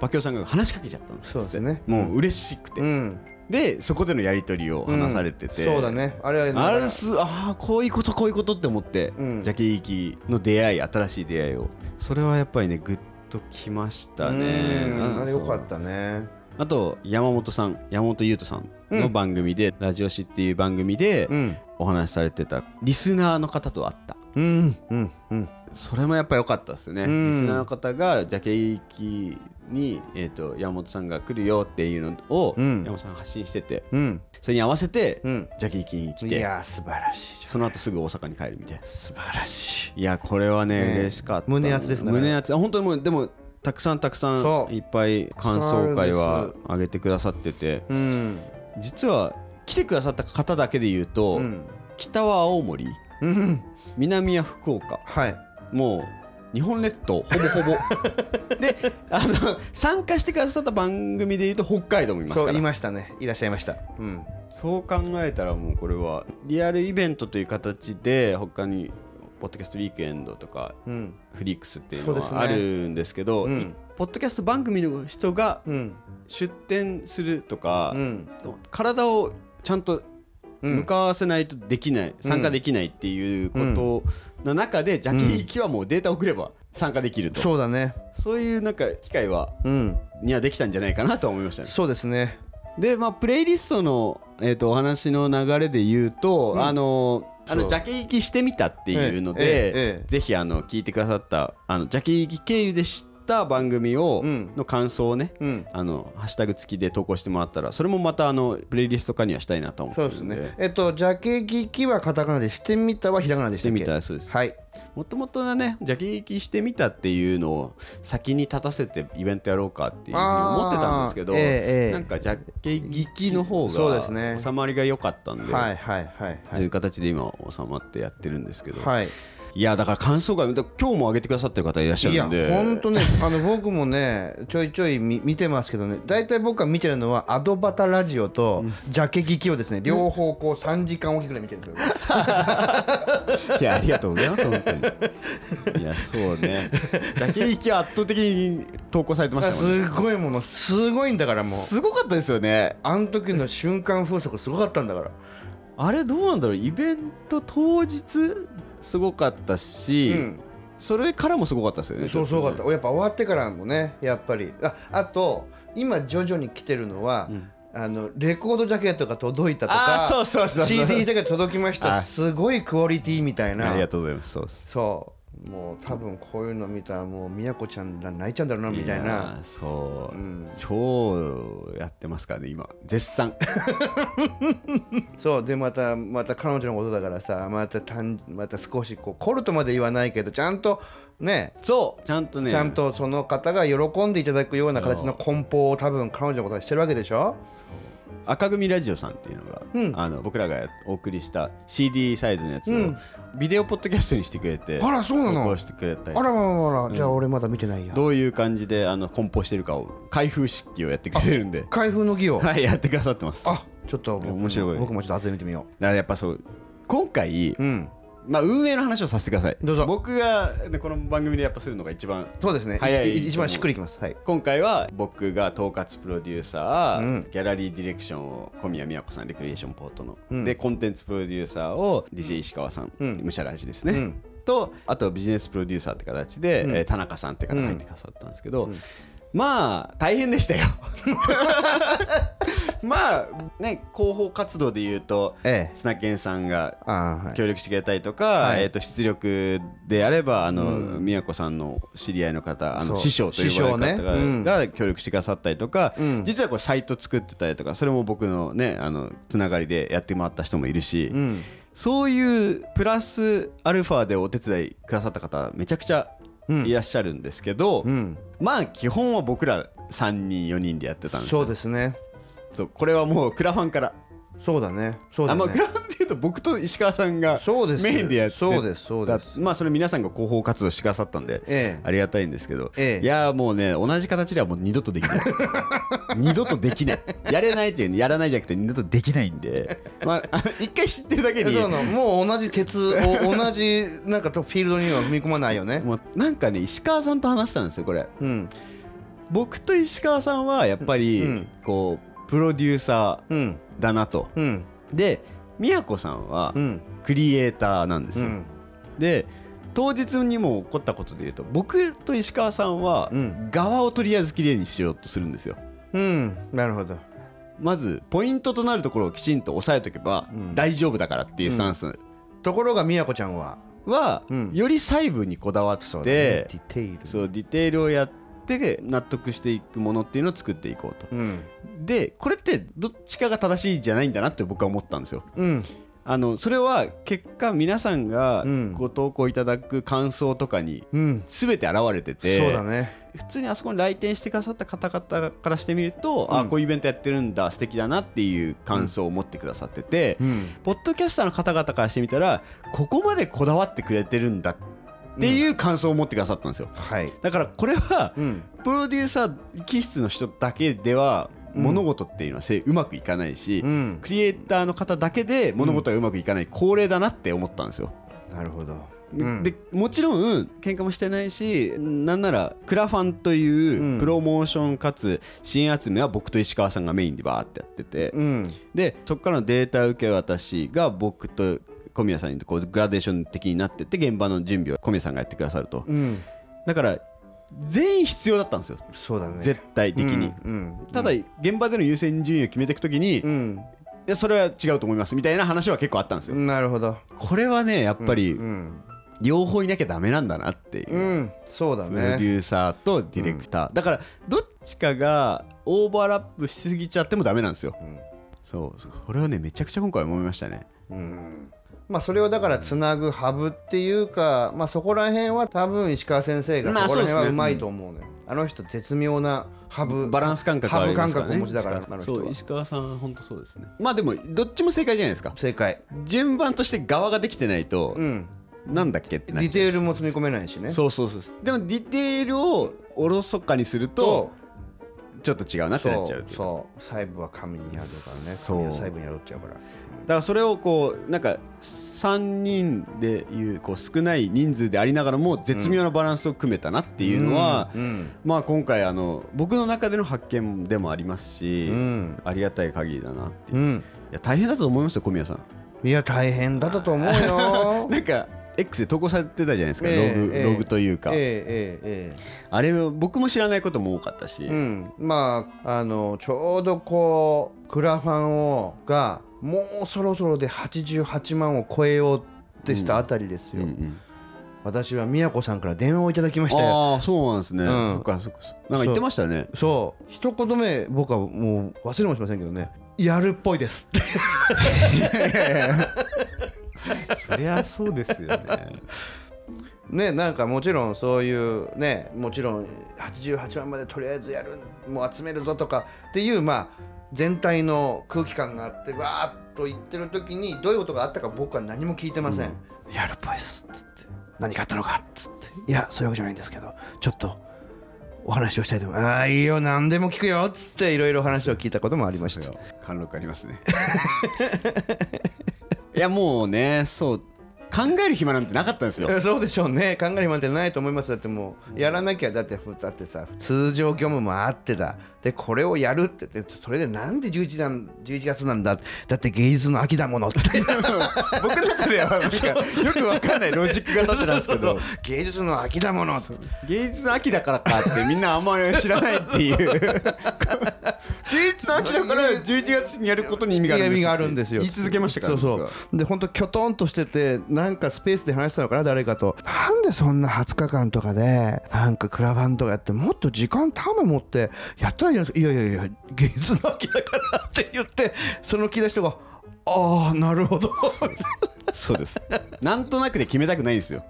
Speaker 1: パキオさんが話しかけちゃったんですって
Speaker 2: そうですね
Speaker 1: もう嬉しくて、
Speaker 2: うん
Speaker 1: でそこでのやり取りを話されてて、
Speaker 2: そうだねあれは
Speaker 1: あれすあーこういうことこういうことって思って、
Speaker 2: うん
Speaker 1: ジャケ行きの出会い新しい出会いをそれはやっぱりねグッときましたね
Speaker 2: うん
Speaker 1: うん
Speaker 2: あれよかっ
Speaker 1: そう
Speaker 2: たね
Speaker 1: あと山本さん山本優斗さんの番組で「ラジオシ」っていう番組で
Speaker 2: うん
Speaker 1: お話しされてたリスナーの方と会った
Speaker 2: うんうんうん
Speaker 1: それもやっぱ良かったですね、
Speaker 2: うん
Speaker 1: リスナーの方がジャケ行きに、えー、と山本さんが来るよっていうのを
Speaker 2: うん
Speaker 1: 山本さんが発信してて
Speaker 2: うん
Speaker 1: それに合わせて、
Speaker 2: うん
Speaker 1: ジャケ行きに来
Speaker 2: い
Speaker 1: て
Speaker 2: やー素晴らしいじゃん
Speaker 1: その後すぐ大阪に帰るみたいな
Speaker 2: 素晴らしい
Speaker 1: いやこれはね
Speaker 2: ねえ
Speaker 1: 嬉しかった
Speaker 2: 胸熱ですね
Speaker 1: 胸熱本当にもうでもたくさんたくさ
Speaker 2: そ
Speaker 1: ん
Speaker 2: う
Speaker 1: いっぱい感想会
Speaker 2: たくさんある
Speaker 1: は
Speaker 2: ん
Speaker 1: 上げてくださってて
Speaker 2: うん
Speaker 1: 実は来てくださった方だけで言うと、
Speaker 2: うん
Speaker 1: 北は青森
Speaker 2: うん
Speaker 1: 南は福岡
Speaker 2: はい
Speaker 1: もう日本列島ほぼほ ぼであの参加してくださった番組で言うと北海道もいます
Speaker 2: そ
Speaker 1: か
Speaker 2: う
Speaker 1: ら
Speaker 2: いましたねいらっしゃいましたうん
Speaker 1: そう考えたらもうこれはリアルイベントという形で他にポッドキャストウィークエンドとか
Speaker 2: うん
Speaker 1: フリックスっていうの
Speaker 2: そうですね
Speaker 1: はあるんですけど
Speaker 2: うん
Speaker 1: いポッドキャスト番組の人が
Speaker 2: うん
Speaker 1: 出展するとか、
Speaker 2: うん
Speaker 1: 体をちゃんと
Speaker 2: うん
Speaker 1: 向かわせないとできない、参加できないっていうことの中で、ジャケ行きはもうデータ送れば参加できると、
Speaker 2: そうだね
Speaker 1: そういうなんか機会は
Speaker 2: うん
Speaker 1: にはできたんじゃないかなとは思いましたね。
Speaker 2: そうですね
Speaker 1: でまあプレイリストの、えー、とお話の流れで言うと、あのあ
Speaker 2: そ
Speaker 1: の
Speaker 2: う
Speaker 1: ジャケ行きしてみたっていうので、
Speaker 2: ええええ
Speaker 1: ぜひあの聞いてくださったあのジャケ行き経由で知った番組を、
Speaker 2: うん
Speaker 1: の感想をね、
Speaker 2: うん
Speaker 1: あのハッシュタグ付きで投稿してもらったらそれもまたあのプレイリスト化にはしたいなと思っ
Speaker 2: そう
Speaker 1: てる
Speaker 2: です
Speaker 1: んで
Speaker 2: ねえっとジャケ聞きはカタカナでしてみたはひらがなでし
Speaker 1: したて
Speaker 2: っけ
Speaker 1: みたそうです、
Speaker 2: はい
Speaker 1: もともとはねジャケ行きしてみたっていうのを先に立たせてイベントやろうかっていうふうに思ってたんですけど、
Speaker 2: あーええええ
Speaker 1: なんかジャケ行きの方
Speaker 2: そうですね
Speaker 1: が収まりが良かったんで
Speaker 2: はいはいはい
Speaker 1: という形で今収まってやってるんですけど、
Speaker 2: はい
Speaker 1: い、やだから感想が今日も上げてくださってる方いらっしゃ
Speaker 2: い
Speaker 1: る
Speaker 2: や
Speaker 1: んで
Speaker 2: 本当ね あの僕もねちょいちょい見見てますけどね大体僕が見てるのはアドバタラジオとジャケ聞きをですね両方こう3時間おきぐらい見てるんですよ
Speaker 1: いやありがとうございます本当 にいやそうねだけ行きは圧倒的に投稿されてましたもんね
Speaker 2: すごいものすごいんだからもう
Speaker 1: すごかったですよね
Speaker 2: あの時の瞬間風速すごかったんだから
Speaker 1: あれどうなんだろうイベント当日すごかったし、
Speaker 2: うん
Speaker 1: それからもすごかったですよね
Speaker 2: そう
Speaker 1: ちょ
Speaker 2: そ
Speaker 1: っ
Speaker 2: う
Speaker 1: とね
Speaker 2: かったやっぱ終わってからもねやっぱりああと今徐々に来てるのは、あのレコードジャケットが届いたと
Speaker 1: あ
Speaker 2: か
Speaker 1: ーそうそうそうそう
Speaker 2: CD ジャケット届きまし
Speaker 1: あ
Speaker 2: たすごいクオリティみたいな
Speaker 1: ありがとうございますそうです
Speaker 2: そうもう多分こういうの見たらもうみやこちゃんら泣いちゃうんだろうなみたい
Speaker 1: や
Speaker 2: な
Speaker 1: ーそう、
Speaker 2: うん
Speaker 1: 超やってますからね今絶賛
Speaker 2: そうでまたまた彼女のことだからさまたたんまた少しこうコルトまで言わないけどちゃんとね
Speaker 1: そうちゃんとね
Speaker 2: ちゃんとその方が喜んでいただくような形の梱包を多分彼女のことはしてるわけでしょ
Speaker 1: 赤組ラジオさんっていうのが、
Speaker 2: うん
Speaker 1: あの僕らがお送りした CD サイズのやつを、
Speaker 2: うん
Speaker 1: ビデオポッドキャストにしてくれて
Speaker 2: あらそうなの
Speaker 1: 投稿してくれた
Speaker 2: あ
Speaker 1: り
Speaker 2: らまあまあまあじゃあ俺まだ見てないや
Speaker 1: どういう感じであの梱包してるかを開封式をやってくれてるんで
Speaker 2: 開封の儀を
Speaker 1: はいやってくださってますだか
Speaker 2: あちょっと僕も
Speaker 1: 面白い
Speaker 2: 僕もちょっと後で見てみよ
Speaker 1: らやっぱそう今回
Speaker 2: ううん
Speaker 1: まあ、運営の話をさせてください
Speaker 2: どうぞ
Speaker 1: 僕がでこの番組でやっぱするのが一番
Speaker 2: そうですね
Speaker 1: 早い
Speaker 2: い一番しっくりきますはい
Speaker 1: 今回は僕が統括プロデューサー、
Speaker 2: うん
Speaker 1: ギャラリーディレクションを小宮宮子さんレクリエーションポートの、
Speaker 2: うん
Speaker 1: でコンテンツプロデューサーを DJ 石川さん、
Speaker 2: うん
Speaker 1: むしゃらじですね、
Speaker 2: うん
Speaker 1: とあとビジネスプロデューサーって形で、
Speaker 2: うん
Speaker 1: えー田中さんって方が入ってくださったんですけど、
Speaker 2: うん
Speaker 1: まあ大変でしたよ まあね広報活動で言うと
Speaker 2: ええ
Speaker 1: 砂健さんが
Speaker 2: ああはい
Speaker 1: 協力してくれたりとか、
Speaker 2: はい
Speaker 1: えー、と出力であればあの、
Speaker 2: うん
Speaker 1: 宮子さんの知り合いの方あの
Speaker 2: そう
Speaker 1: 師匠と呼ばれる方が,、
Speaker 2: 師匠ねうん
Speaker 1: が協力してくださったりとか、
Speaker 2: うん
Speaker 1: 実はこれサイト作ってたりとかそれも僕のねあのつながりでやってもらった人もいるし、
Speaker 2: うん
Speaker 1: そういうプラスアルファでお手伝いくださった方めちゃくちゃ
Speaker 2: うん
Speaker 1: いらっしゃるんですけど、
Speaker 2: うん
Speaker 1: まあ基本は僕ら3人4人でやってたんですよ
Speaker 2: そうですね
Speaker 1: そうこれはもうクラファンから、
Speaker 2: そうだねそうだ
Speaker 1: あ
Speaker 2: ね
Speaker 1: まあクラファンっていうと僕と石川さんが
Speaker 2: そうです
Speaker 1: メインでやって
Speaker 2: そうですそうです
Speaker 1: だまあそれ皆さんが広報活動してくださったんで、
Speaker 2: ええ
Speaker 1: ありがたいんですけど、
Speaker 2: ええ
Speaker 1: いやーもうね同じ形ではもう二度とで きない二度とできないやれないっていうやらないじゃなくて二度とできないん で、まあ、あの一回知ってるだけに
Speaker 2: そうなのもう同じ鉄を 同じなんかとフィールドには踏み込まないよね
Speaker 1: もうなんかね石川さんと話したんですよこれ
Speaker 2: うん
Speaker 1: 僕と石川さんはやっぱり、
Speaker 2: うん
Speaker 1: こうプロデューサ
Speaker 2: うん
Speaker 1: ーだなと
Speaker 2: うん
Speaker 1: で宮子さんは
Speaker 2: うん
Speaker 1: クリエイターなんです
Speaker 2: う
Speaker 1: よ、
Speaker 2: ん
Speaker 1: で当日にも起こったことでいうと僕と石川さんは
Speaker 2: うん
Speaker 1: 側をとりあえずきれいにしようとするんですよ
Speaker 2: うんなるほど
Speaker 1: まずポイントとなるところをきちんと押さえとけば
Speaker 2: うん
Speaker 1: 大丈夫だからっていうスタンス
Speaker 2: ところがみやこちゃんは
Speaker 1: は
Speaker 2: うん
Speaker 1: より細部にこだわっ
Speaker 2: そうだね
Speaker 1: て
Speaker 2: ディテール
Speaker 1: そうディテールをやって納得していくものっていうのを作っていこうと
Speaker 2: うん
Speaker 1: でこれってどっちかが正しいじゃないんだなって僕は思ったんですよ
Speaker 2: うん
Speaker 1: あのそれは結果皆さんが
Speaker 2: うん
Speaker 1: ご投稿いただく感想とかに
Speaker 2: うん
Speaker 1: 全て現れてて、
Speaker 2: そうだね
Speaker 1: 普通にあそこに来店してくださった方々からしてみると、あ
Speaker 2: うん
Speaker 1: こういうイベントやってるんだ素敵だなっていう感想を持ってくださってて、
Speaker 2: うん
Speaker 1: ポッドキャスターの方々からしてみたらここまでこだわってくれてるんだっていう感想を持ってくださったんですよ、
Speaker 2: はい
Speaker 1: だからこれは
Speaker 2: うん
Speaker 1: プロデューサー気質の人だけでは
Speaker 2: うん
Speaker 1: 物事っていうのはせうまくいかないし、
Speaker 2: うん
Speaker 1: クリエイターの方だけで物事がうまくいかない恒例だなって思ったんですよ。
Speaker 2: なるほど
Speaker 1: で
Speaker 2: うん
Speaker 1: でもちろん喧嘩もしてないしなんならクラファンと
Speaker 2: う
Speaker 1: い
Speaker 2: ん
Speaker 1: うプロモーションかつ支援集めは僕と石川さんがメインでバーってやってて、
Speaker 2: うん
Speaker 1: でそこからのデータ受け渡しが僕と小宮さんにこうグラデーション的になってって現場の準備を小宮さんがやってくださると
Speaker 2: うん
Speaker 1: だから全員必要だったんですよ
Speaker 2: そうだね
Speaker 1: 絶対的に、
Speaker 2: うんうん
Speaker 1: ただ現場での優先順位を決めていくときに、
Speaker 2: う
Speaker 1: い
Speaker 2: ん
Speaker 1: やそれは違うと思いますみたいな話は結構あったんですよ、
Speaker 2: なるほど
Speaker 1: これはねやっぱり
Speaker 2: うん
Speaker 1: 両方いなきゃダメなんだなっていう、
Speaker 2: うんそうだ
Speaker 1: プロデ
Speaker 2: ね
Speaker 1: ューサーとディレクター、だからどっちかがオーバーラップしすぎちゃってもダメなんですよそうそうこれはねめちゃくちゃ今回思いましたね
Speaker 2: うんうんまあそれをだからつなぐハブっていうかまあそこら辺は多分石川先生が
Speaker 1: まあ
Speaker 2: そこら辺は
Speaker 1: そうですね
Speaker 2: うまいと思うのよあの人絶妙なハブ
Speaker 1: バランス感覚はあ
Speaker 2: ハブ
Speaker 1: りま
Speaker 2: 感
Speaker 1: すから
Speaker 2: 覚
Speaker 1: ね
Speaker 2: をお持ちだからあの人
Speaker 3: そう
Speaker 2: は
Speaker 3: 石川さん本当そうですね
Speaker 1: まあでもどっちも正解じゃないですか
Speaker 2: 正解
Speaker 1: 順番として側ができてないと、
Speaker 2: うん
Speaker 1: なんだっけって
Speaker 2: デ
Speaker 1: なっ
Speaker 2: ィ
Speaker 1: ちゃう
Speaker 2: テールも積み込めないしね
Speaker 1: そうそうそうでもディテールをおろそかにするとちょっと違うなってなっちゃうっていう
Speaker 2: そう細部は紙に宿るからね
Speaker 1: そう
Speaker 2: 紙は細部に宿っちゃうから
Speaker 1: だからそれをこうなんか3人でいうこう少ない人数でありながらも絶妙なバランスを組めたなっていうのは、
Speaker 2: うん
Speaker 1: まあ今回あの僕の中での発見でもありますし、
Speaker 2: うん
Speaker 1: ありがたい限りだなっていうう、い
Speaker 2: ん
Speaker 1: や大変だと思いますよ小宮さん
Speaker 2: いや大変だったと思うよ
Speaker 1: なんか X で投稿されてたじゃないですか、
Speaker 2: ええ
Speaker 1: ログ、
Speaker 2: ええ
Speaker 1: ログというか、
Speaker 2: えええええ
Speaker 1: あれ僕も知らないことも多かったし、
Speaker 2: えうんまああのちょうどこうクラファンをがもうそろそろで88万を超えようってしたあたりです
Speaker 1: う
Speaker 2: よ、
Speaker 1: んうん
Speaker 2: 私は宮子さんから電話をいただきましたよ
Speaker 1: ああそうなんですね、
Speaker 2: うん
Speaker 1: そっかそっかそっかなんか言ってましたね
Speaker 2: そう一言目僕はもう忘れもしませんけどねやるっぽいですって
Speaker 1: そりゃそうですよね
Speaker 2: ねなんかもちろんそういうねもちろん88万までとりあえずやるもう集めるぞとかっていうまあ全体の空気感があってわーっと言ってる時にどういうことがあったか僕は何も聞いてません、やるっぽいっすっつって何かあったのかっつっていやそういうわけじゃないんですけどちょっとお話をしたいと思いますああいいよ何でも聞くよっつっていろいろ話を聞いたこともありました
Speaker 1: 貫禄ありますねいやもうねそう考える暇なんてなかったんですよ
Speaker 2: え そうでしょうね考える暇なんてないと思いますだってもうやらなきゃだってだってさ通常業務もあってだでこれをやるってでそれでなんで 11, なん11月なんだだって芸術の秋だものって
Speaker 1: 僕の中ではなんかよくわかんないロジックが立ってたんですけ ど
Speaker 2: 芸術の秋だものって
Speaker 1: 芸術の秋だからかってみんなあんまり知らないっていう 芸術の秋だから11月にやることに意味があるんです
Speaker 2: 意味があるんですよ
Speaker 1: 言い続けましたから
Speaker 2: そうそ
Speaker 1: 僕は
Speaker 2: うで本当きょとんとしててなんかスペースで話したのかな誰かとなんでそんな20日間とかでなんかクラバンとかやってもっと時間ため持ってやったらいいじゃないですかいやいやいや芸術の秋だからって言ってその聞いた人がああなるほど
Speaker 1: そうですなんとなくで決めたくないんですよ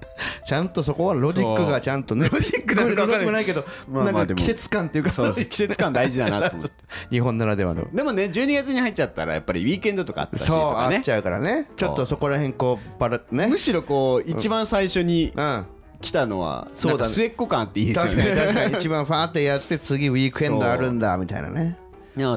Speaker 2: ちゃんとそこはロジックがちゃんとねロジック
Speaker 1: な
Speaker 2: ロ
Speaker 1: の
Speaker 2: ジ
Speaker 1: か分かんない
Speaker 2: ックもないけど、
Speaker 1: まあまあ
Speaker 2: なん
Speaker 1: でも
Speaker 2: か季節感っていうか
Speaker 1: 季節感大事だなと思って
Speaker 2: 日本ならではの
Speaker 1: でもね12月に入っちゃったらやっぱりウィーケンドとかあったしと
Speaker 2: そう
Speaker 1: か
Speaker 2: あっ
Speaker 1: ね
Speaker 2: ちゃうからねちょっとそこら辺こうバラね
Speaker 1: むしろこう一番最初に
Speaker 2: うん
Speaker 1: 来たのは
Speaker 2: そう
Speaker 1: な
Speaker 2: だ
Speaker 1: んか
Speaker 2: ね
Speaker 1: 末っ子感あっていいですよ
Speaker 2: 確かに
Speaker 1: ね
Speaker 2: 確かに一番ファーってやって次ウィークエンドあるんだみたいなね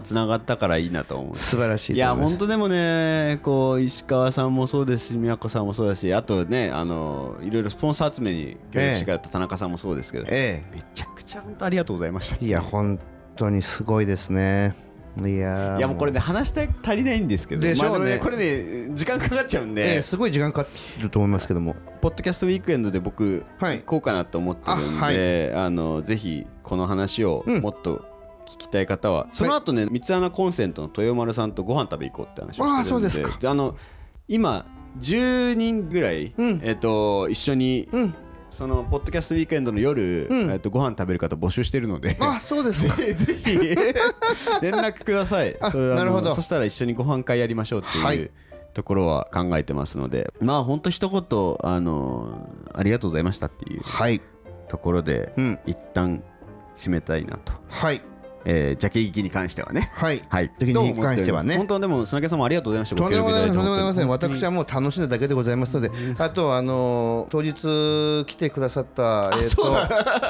Speaker 1: つながったからいいなと思う
Speaker 2: 素晴らしい
Speaker 1: い
Speaker 2: と
Speaker 1: や
Speaker 2: 思います
Speaker 1: 本当でもねこう石川さんもそうですし宮子さんもそうだしあとねあのいろいろスポンサー集めに協力してくれた田中さんもそうですけど、
Speaker 2: え
Speaker 1: めちゃくちゃ本当ありがとうございました
Speaker 2: えいや本当にすごいですねいやー
Speaker 1: いやもうこれね話したい足りないんですけど
Speaker 2: でしょうね
Speaker 1: まあでもこれね時間かかっちゃうん
Speaker 2: え
Speaker 1: で、
Speaker 2: えすごい時間かかってると思いますけども
Speaker 1: ポッドキャストウィークエンドで僕、
Speaker 2: はい
Speaker 1: 行こうかなと思ってるん
Speaker 2: あは
Speaker 1: であ、のぜひこの話を
Speaker 2: うん
Speaker 1: もっと聞きたい方は、その後ね三つ穴コンセントの豊丸さんとご飯食べ行こうって話をしてるんで
Speaker 2: あーそうですか
Speaker 1: あの今10人ぐらい、
Speaker 2: うん
Speaker 1: えっと一緒に、
Speaker 2: うん
Speaker 1: そのポッドキャストウィークエンドの夜、
Speaker 2: うん
Speaker 1: えっとご飯食べる方募集してるので
Speaker 2: あそうです か
Speaker 1: ぜぜひ連絡ください
Speaker 2: あ
Speaker 1: それはあの
Speaker 2: なるほど
Speaker 1: そしたら一緒にご飯会やりましょうっていう、
Speaker 2: はい
Speaker 1: ところは考えてますのでまあほんと一言あのありがとうございましたっていう
Speaker 2: はい
Speaker 1: ところで、
Speaker 2: うん
Speaker 1: 一旦締めたいなと、
Speaker 2: はい
Speaker 1: えー、ジャケ聞きに関してはね
Speaker 2: はい
Speaker 1: はい
Speaker 2: ジャケ聞きに関してはね
Speaker 1: 本当でも砂毛さんもありがとうございました
Speaker 2: とんでもございませんとんでもございません
Speaker 1: 本当に
Speaker 2: 私はもう楽しんだだけでございますのであとあのー当日来てくださったえー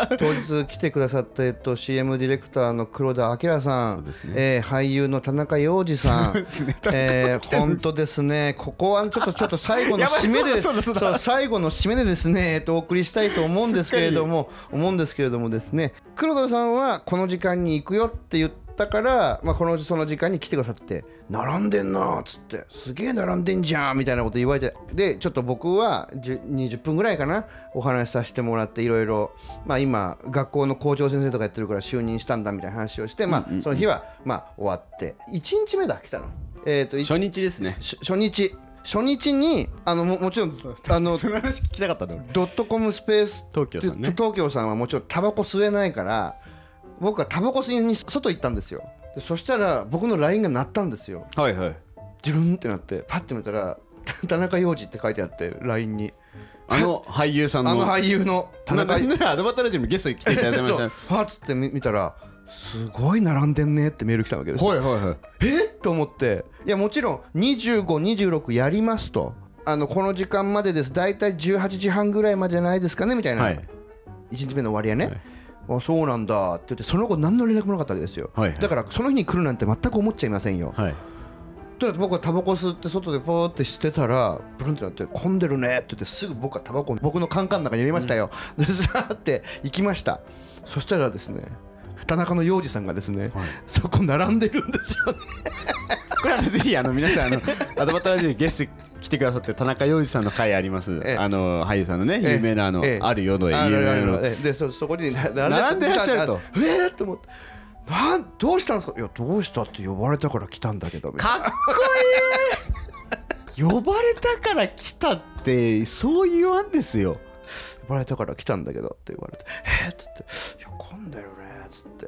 Speaker 2: と当日来てくださったえっと CM ディレクターの黒田明さ
Speaker 1: そうんですね
Speaker 2: えー俳優の田中洋次 さん
Speaker 1: すね
Speaker 2: えー、本当ですね、ここはちょっとちょっと最後 の
Speaker 1: やばい
Speaker 2: 締めで、
Speaker 1: そうだそうだそう
Speaker 2: そう最後の締めでですね、えっと、お送りしたいと思うんですけれども、思うんですけれどもですね、黒田さんはこの時間に行くよって言ったから、まあ、このその時間に来てくださって、並んでんなっつって、すげえ並んでんじゃんみたいなこと言われて、で、ちょっと僕はじゅ20分ぐらいかな、お話しさせてもらって、いろいろ、まあ、今、学校の校長先生とかやってるから就任したんだみたいな話をして、まあ、その日は、まあ、終わって、1日目だ、来たの。えっと
Speaker 1: 初日ですね
Speaker 2: し初日初日にあのももちろん あの
Speaker 1: その話聞きたかったんだ俺
Speaker 2: ドットコムスペース
Speaker 1: 東京さんね
Speaker 2: と東京さんはもちろんタバコ吸えないから僕はタバコ吸いに外行ったんですよでそしたら僕の LINE が鳴ったんですよ
Speaker 1: はいはい
Speaker 2: ジュルンってなってパッて見たら「田中洋次」って書いてあって LINE に
Speaker 1: あの俳優さんの
Speaker 2: あの俳優の田
Speaker 1: 田中
Speaker 2: 中
Speaker 1: なならアドバタラジオにもゲストに来ていただきまし
Speaker 2: そうパッて見見たらすごい並んでんねってメール来たわけです
Speaker 1: た
Speaker 2: よ
Speaker 1: いはいはい
Speaker 2: えっと思っていやもちろん2526やりますとあのこの時間までです大体18時半ぐらいまでじゃないですかねみたいな、
Speaker 1: はい
Speaker 2: 1日目の終わりやね、
Speaker 1: はい
Speaker 2: あそうなんだって言ってその後何の連絡もなかったわけですよ、
Speaker 1: はいはい
Speaker 2: だからその日に来るなんて全く思っちゃいませんよ、
Speaker 1: はい
Speaker 2: だって僕はタバコ吸って外でポーってしてたらブルンってなって混んでるねって言ってすぐ僕はタバコを僕のカンカンの中に入れましたよ、でさーって行きましたそしたらですね田中の洋次さんがですね、そこ並んでるんですよね
Speaker 1: これはぜひあの皆さんあの アドバタラジオにゲスト来てくださってる田中洋次さんの回あります、
Speaker 2: ええ
Speaker 1: あの俳優さんのね
Speaker 2: ええ
Speaker 1: 有名なあの、
Speaker 2: ええ
Speaker 1: あるよの有
Speaker 2: あるあ
Speaker 1: 名
Speaker 2: る
Speaker 1: な
Speaker 2: あるええでそそこに並
Speaker 1: 並んでらっしゃると
Speaker 2: えーっと思ってなんどうしたんですかいやどうしたって呼ばれたから来たんだけどみたいな
Speaker 1: かっこいい呼ばれたから来たってそう言わんですよ
Speaker 2: 呼ばれたから来たんだけどって言われてえーっつって「いや混んでるね」っつって「い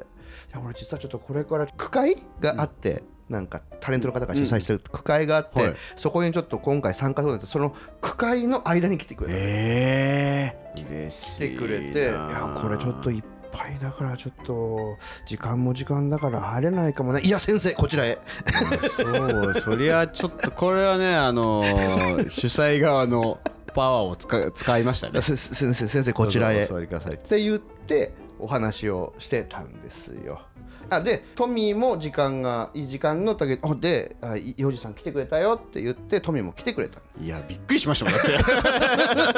Speaker 2: や俺実はちょっとこれから区会があって、なんかタレントの方が主催してる区会があって、
Speaker 1: はい
Speaker 2: そこにちょっと今回参加するんですその区会の間に来てくれた、
Speaker 1: ええ嬉し
Speaker 2: 来てくれていやこれちょっといっぱいだからちょっと時間も時間だから入れないかもねいや先生こちらへ
Speaker 1: そうそりゃちょっとこれはねあ のー主催側のパワーを使使いましたね
Speaker 2: せ先生先生こちらへ
Speaker 1: どうぞお座りください
Speaker 2: って言ってお話をしてたんですよ。あでトミーも時間がいい時間のたけあであい洋治さん来てくれたよって言ってトミーも来て くれた
Speaker 1: いやびっくりしましたもんだって え前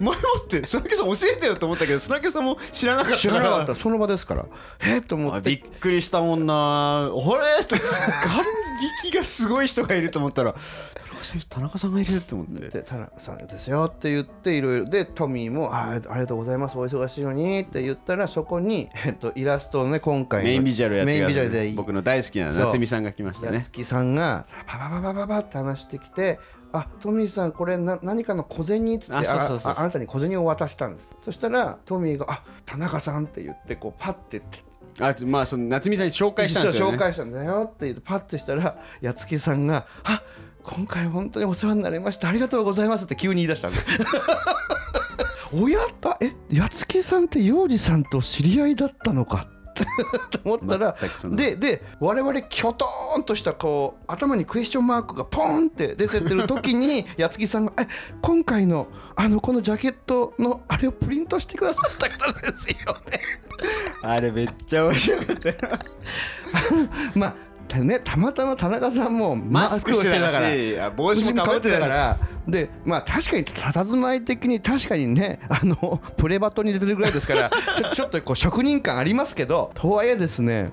Speaker 1: もって砂木さん教えてよと思ったけど砂木さんも知らなかった
Speaker 2: 知らなかったその場ですからえっと思
Speaker 1: あ
Speaker 2: って
Speaker 1: びっくりしたもん なほれと眼力がすごい人がいると思ったら田中さん田中さんがいると思って
Speaker 2: で田中さんですよって言っていろいろでトミーもあ「ありがとうございますお忙しいのに」って言ったらそこに、えっと、イラストのね今回の
Speaker 1: メインビジュアルやっ
Speaker 2: メイ
Speaker 1: て
Speaker 2: ン
Speaker 1: く
Speaker 2: ビジュアル
Speaker 1: ださ
Speaker 2: で
Speaker 1: い僕の大好きな
Speaker 2: そう
Speaker 1: 夏美さんが来ました
Speaker 2: や
Speaker 1: ね
Speaker 2: つきさんがパパパパパパって話してきて「あトミーさんこれな何かの小銭」っつって
Speaker 1: あそうそうそうそう
Speaker 2: あああなたに小銭を渡したんですそしたらトミーが「あ田中さん」って言ってこうパッて
Speaker 1: あまあその夏美さんに紹介したんですよ
Speaker 2: 実は
Speaker 1: ね
Speaker 2: 紹介したんだよって言ってパッてしたらやつきさんが「あ今回本当にお世話になりましたありがとうございます」って急に言い出した んですおやったえやつきさんって洋二さんと知り合いだったのかと思ったら
Speaker 1: 全くその
Speaker 2: でで我々きょとーんとしたこう頭にクエスチョンマークがポーンって出てってる 時にやつきさんが「え今回のあのこのジャケットのあれをプリントしてくださったからですよね」
Speaker 1: あれめっちゃ面白かった
Speaker 2: まあたね、たまたま田中さんも
Speaker 1: マスクしてたしあ帽子もかぶってたから
Speaker 2: らでまあ確かに佇まい的に確かにねあのプレバトに出てるぐらいですから ちょちょっとこう職人感ありますけどとはいえですね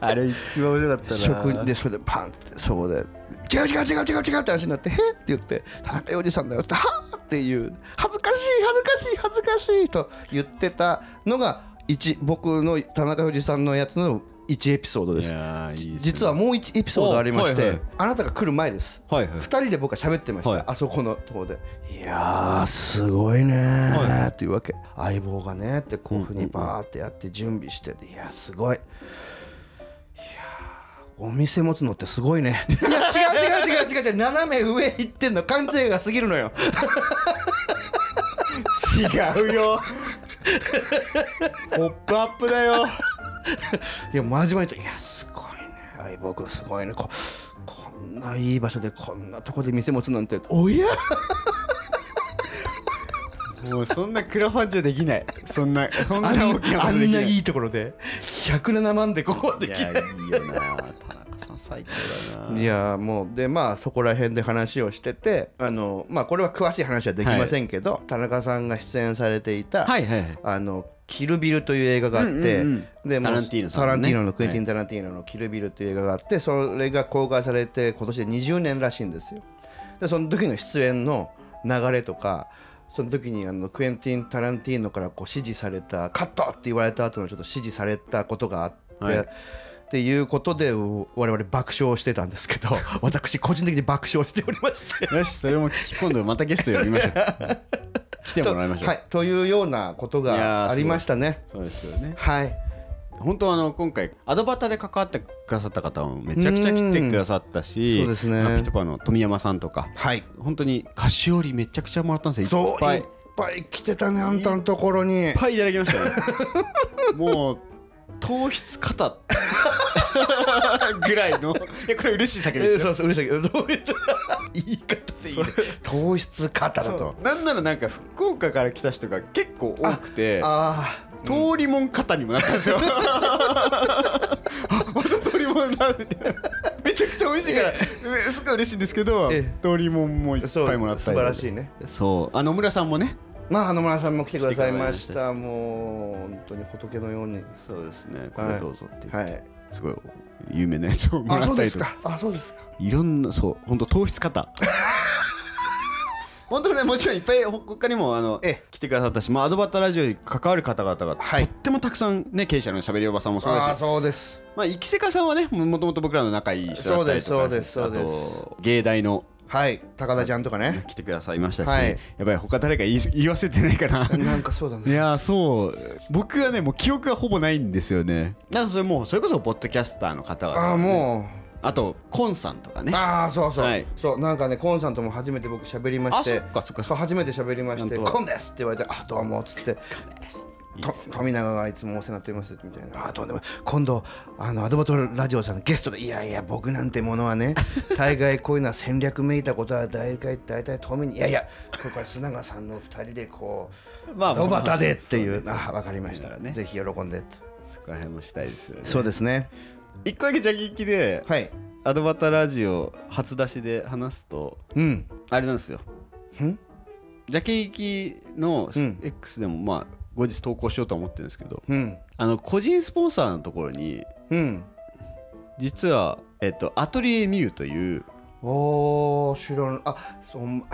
Speaker 1: あれ一番面白かったな
Speaker 2: 職人でそれでパンってそこで「違う違う違う違う違う」って話になって「へっ?」って言って「田中洋次さんだよ」って「はっ?」っていう恥ずかしい恥ずかしい恥ずかしいと言ってたのが一僕の田中洋次さんのやつの1エピソードで
Speaker 1: い
Speaker 2: す。
Speaker 1: やーいいですね
Speaker 2: 実はもう1エピソードありまして、
Speaker 1: おはいはい
Speaker 2: あなたが来る前です
Speaker 1: はいはい
Speaker 2: 2人で僕は喋ってました、
Speaker 1: はい
Speaker 2: あそこのところで「いやーすごいねー」っていうわけ相棒がねってこういうふうにバーってやって準備してて「いやーすごい」いやーお店持つのってすごい ね。いや違う違う違う違う違う斜め上行ってんの勘違いが過ぎるのよ。
Speaker 1: 違うよポップアップだよ
Speaker 2: いや真面目に言うと「いやすごいね相棒君すごいねここんないい場所でこんなとこで店持つ なんておや
Speaker 1: もうそんなクラファンじゃできないそんなそんな大きな
Speaker 2: あ
Speaker 1: こと
Speaker 2: ん
Speaker 1: でき
Speaker 2: な
Speaker 1: ない
Speaker 2: いいところで107万でここはで
Speaker 1: い
Speaker 2: き
Speaker 1: や
Speaker 2: ない
Speaker 1: いいよな田中さん最高だない
Speaker 2: やーもうでまあそこら辺で話をしててあのまあこれは詳しい話はできませんけど、田中さんが出演されていた「
Speaker 1: はいはいはい
Speaker 2: あのキルビル」という映画があって、
Speaker 1: うんうんうん
Speaker 2: でもう
Speaker 1: タランティーノさんのね
Speaker 2: タランティーノのクエンティン・タランティーノの「キルビル」という映画があってそれが公開されて今年で20年らしいんですよ。でその時の出演の流れとかその時にあのクエンティン・タランティーノからこう指示された「カット!」って言われた後のちょっと指示されたことがあって。
Speaker 1: はい
Speaker 2: っていうことで我々爆笑してたんですけど 私個人的に爆笑しておりま して
Speaker 1: よしそれも聞き今度またゲスト呼びましょう 来てもらいましょう、
Speaker 2: はい、というようなこと
Speaker 1: いやー
Speaker 2: がありましたね
Speaker 1: そうですよね
Speaker 2: はい
Speaker 1: 本当あの今回アドバタで関わってくださった方もめちゃくちゃ来てくださったし
Speaker 2: うんそうですね
Speaker 1: まあピトパの富山さんとか
Speaker 2: はい
Speaker 1: 本当に菓子折りめちゃくちゃもらったんですよい
Speaker 2: そ
Speaker 1: っ
Speaker 2: う
Speaker 1: ぱ
Speaker 2: い
Speaker 1: い
Speaker 2: っぱい来てたねあんたのところに
Speaker 1: いっぱいいただきま したねもう糖質肩 ぐらいのいやこれ嬉しい
Speaker 2: え
Speaker 1: 酒ですよ
Speaker 2: ーそうそううるさいけどどういう言い方でいいね 糖質肩だと
Speaker 1: そうなんならなんか福岡から来た人が結構多くて
Speaker 2: ああ
Speaker 1: 通りもん肩にもなったん ですよ、あまた通りもんだみたいなめちゃくちゃ美味しいからうすごい嬉しいんですけど、
Speaker 2: ええ
Speaker 1: 通りもんもいっ
Speaker 2: そう
Speaker 1: ぱいもらった
Speaker 2: 素晴らし
Speaker 1: い
Speaker 2: いね
Speaker 1: そうあ野村さんもね
Speaker 2: まあ野村さんも来てくださいま
Speaker 1: 来
Speaker 2: して
Speaker 1: くだ
Speaker 2: たもう本当に仏のように
Speaker 1: そうですね
Speaker 2: これどう
Speaker 1: ぞって
Speaker 2: はい
Speaker 1: すごい有名なやつをも
Speaker 2: あ
Speaker 1: ら
Speaker 2: そう
Speaker 1: った
Speaker 2: で
Speaker 1: り
Speaker 2: す
Speaker 1: とか
Speaker 2: かあそうですか
Speaker 1: いろんなそう本当糖質肩 本当ねもちろんいっぱい他にもあの
Speaker 2: ええ
Speaker 1: 来てくださったし、まあ、アドバタラジオに関わる方々が、
Speaker 2: はい
Speaker 1: とってもたくさんね経営者のしゃべりおばさんもそうです
Speaker 2: ああ
Speaker 1: し
Speaker 2: そうです
Speaker 1: まあ、生瀬香さんはねももともと僕らの仲いい人だったりとか
Speaker 2: そうですそうですそうです
Speaker 1: あと芸大の
Speaker 2: はい高田ちゃんとかね
Speaker 1: 来てくださいましたし、
Speaker 2: はい
Speaker 1: やっぱり他誰か言い言い忘れてないかな
Speaker 2: なんかそうだ
Speaker 1: い
Speaker 2: ね
Speaker 1: やーそう僕はねもう記憶がほぼないんですよねだからそれもうそれこそポッドキャスターの方々
Speaker 2: ああも
Speaker 1: あとコンさんとか
Speaker 2: う
Speaker 1: ね
Speaker 2: ああそうそう、
Speaker 1: はい
Speaker 2: そうなんかねコンさんとも初めて僕喋りま
Speaker 1: あそ
Speaker 2: して
Speaker 1: っかそっか
Speaker 2: そう初めて喋りまし
Speaker 1: な
Speaker 2: て「
Speaker 1: んと
Speaker 2: コンです!」って言われて「あどうも」っつって
Speaker 1: い
Speaker 4: いいですね
Speaker 2: 富永がいつもお世話になっておりますみたいなあーとんでもない今度あのアドバトルラジオさんのゲストでいやいや僕なんてものはね大概こういうのは戦略めいたことは大概大体富にいやいやこれから砂川さんの2人でこう
Speaker 1: ま
Speaker 2: アドバタでっていう
Speaker 1: そね
Speaker 2: あ分かりまし
Speaker 1: だ
Speaker 2: た
Speaker 1: からね
Speaker 2: ぜひ喜んで
Speaker 1: そこら辺もしたいですよね
Speaker 2: そうですね
Speaker 1: 一個だけジャギキで
Speaker 2: はい
Speaker 1: アドバタラジオ初出しで話すと
Speaker 2: うん
Speaker 1: あれなんですよ
Speaker 2: ん
Speaker 1: ジャケ行きの
Speaker 2: うん
Speaker 1: X でもまあ後日投稿しようとは思ってるんですけど、
Speaker 2: うん
Speaker 1: あの個人スポンサーのところに
Speaker 2: うん
Speaker 1: 実は、えっと、アトリエミュウという
Speaker 2: おー知らんあそん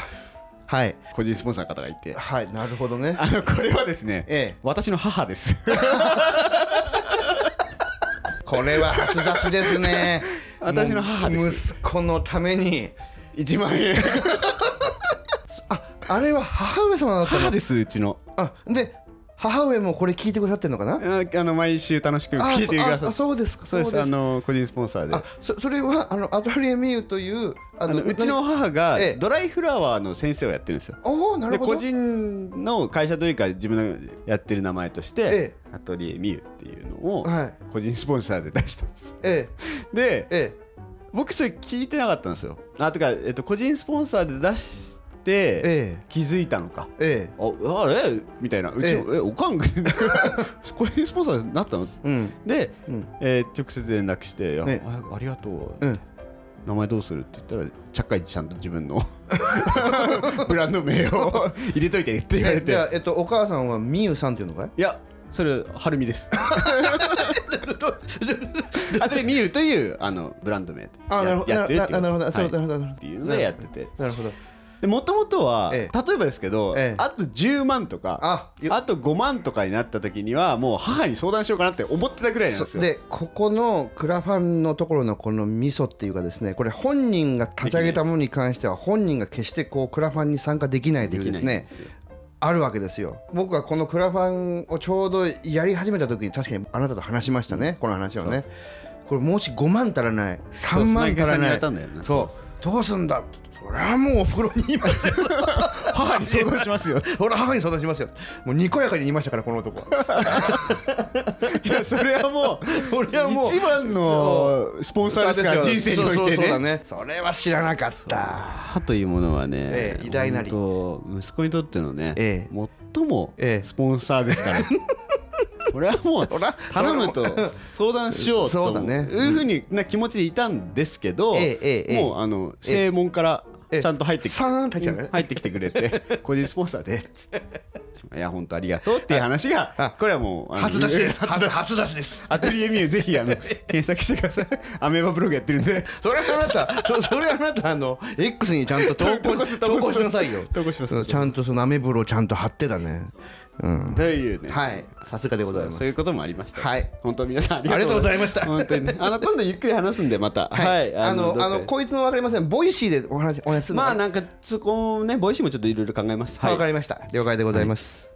Speaker 2: はい
Speaker 1: 個人スポンサーの方がいて
Speaker 2: はいなるほどね
Speaker 1: あのこれはですね
Speaker 2: ええ
Speaker 1: 私の母です
Speaker 2: これは初出しですね
Speaker 1: 私の母です
Speaker 2: もう息子のために
Speaker 1: 1万円
Speaker 2: ああれは母上様だったの
Speaker 1: 母ですうちの
Speaker 2: あで母上もこれ聞いてくださってるのかな
Speaker 1: ああの毎週楽しく聞いてくださ
Speaker 2: あそあ
Speaker 1: って
Speaker 2: そうですか
Speaker 1: そうですあ
Speaker 2: あの
Speaker 1: の個人スポンサーであ
Speaker 2: あそそれはあのアトリエミユというあ
Speaker 1: のうちの母が
Speaker 2: ええ
Speaker 1: ドライフラワーの先生をやってるんですよ
Speaker 2: おおな
Speaker 1: で
Speaker 2: るほど
Speaker 1: 個人の会社というか自分のやってる名前として、アトリエミュウっていうのを
Speaker 2: はい
Speaker 1: 個人スポンサーで出したんです
Speaker 2: え
Speaker 1: で
Speaker 2: ええ
Speaker 1: 僕それ聞いてなかったんですよあとか、えっと、個人スポンサーで出して
Speaker 2: え
Speaker 1: 気づいたのか
Speaker 2: ええ
Speaker 1: ああれみたいなうち
Speaker 2: え
Speaker 1: もえおかんが 個人スポンサーになったの
Speaker 2: えうん
Speaker 1: で、
Speaker 2: うん
Speaker 1: えー直接連絡していや
Speaker 2: ええ
Speaker 1: あありがとう
Speaker 2: うん
Speaker 1: 名前どうするって言ったらちゃっかりちゃんと自分の ブランド名 を入れといてって言われ
Speaker 2: え
Speaker 1: て
Speaker 2: じゃあ、えっと、お母さんはみゆさんっていうのかい
Speaker 1: いやそれはるみです あとでみゆというあのブランド名で
Speaker 2: あなるほど
Speaker 1: ややってるって
Speaker 2: ななるほど
Speaker 1: ことです
Speaker 2: そうなるほど
Speaker 1: はい
Speaker 2: なるほど
Speaker 1: っていうのでやってて
Speaker 2: なるほど
Speaker 1: でもともとは、
Speaker 2: え
Speaker 1: 例えばですけど、
Speaker 2: ええ
Speaker 1: あと10万とか
Speaker 2: あよ
Speaker 1: あと5万とかになった時にはもう母に相談しようかなって思ってたぐらいなんです
Speaker 2: そ
Speaker 1: よ
Speaker 2: でここのクラファンのところのこのミソっていうかですねこれ本人が立ち上げたものに関しては本人が決してこうクラファンに参加できないというですね
Speaker 1: よ
Speaker 2: あるわけですよ僕はこのクラファンをちょうどやり始めた時に確かにあなたと話しましたね、この話をねこれもし5万足らない3万足
Speaker 1: そう
Speaker 2: ら
Speaker 1: 砂川さんに言わ
Speaker 2: な
Speaker 1: れ
Speaker 2: い
Speaker 1: たんだよね
Speaker 2: そうどうすんだそれはもうおふくろに言いますよ
Speaker 1: 母に相談しますよ
Speaker 2: それは母に相談しますよもうにこやかに言いましたからこの男はい
Speaker 1: やそれはも う
Speaker 2: れはもう
Speaker 1: 一番のスポンサーですから人生におい
Speaker 2: そうそ
Speaker 1: て
Speaker 2: うそうだ
Speaker 1: ね
Speaker 2: ねそれは知らなかった
Speaker 1: 母というものはね、
Speaker 2: ええ偉大なり
Speaker 1: 本当息子にとってのね、
Speaker 2: え
Speaker 1: 最も
Speaker 2: ええ
Speaker 1: スポンサーですから、これはもう
Speaker 2: ほら
Speaker 1: 頼むと相談しようと
Speaker 2: そうだね
Speaker 1: いうふうにな気持ちでいたんですけど、
Speaker 2: ええええええ
Speaker 1: もうあの正門から
Speaker 2: ええ
Speaker 1: ちゃんと入ってきて、
Speaker 2: さーんって入ってきたね
Speaker 1: 入ってきてくれて 個人スポンサーでつっていや本当ありがとうっていう話
Speaker 2: あ
Speaker 1: がこれはもうあの
Speaker 2: 初出しです
Speaker 1: 初出し
Speaker 2: 初出しです
Speaker 1: アトリエミューぜひあの検索してくださいアメーバブログやってるんで
Speaker 2: それはあなたそそれはあなたあの X にちゃんと 投稿し投稿しなさいよ
Speaker 1: 投稿します
Speaker 2: うんちゃんとそのアメブロをちゃんと貼ってだねうん
Speaker 1: というね
Speaker 2: はいさすがでございます
Speaker 1: そういうこともありました。
Speaker 2: はい。
Speaker 1: 本当皆さんあり
Speaker 2: ありが
Speaker 1: がと
Speaker 2: とう
Speaker 1: うござい
Speaker 2: ございま
Speaker 1: ま
Speaker 2: し
Speaker 1: したた。本当 にね。あの今度ゆっくり話すんでまた。はい。
Speaker 2: あの
Speaker 1: どっか
Speaker 2: あのこいつのわかりませんボイシーでお話お話しするの
Speaker 1: ま
Speaker 2: か
Speaker 1: あ
Speaker 2: な
Speaker 1: なんかそこをねボイシーもちょっといろいろ考えます。
Speaker 2: わか
Speaker 1: い。
Speaker 2: りました了解でございます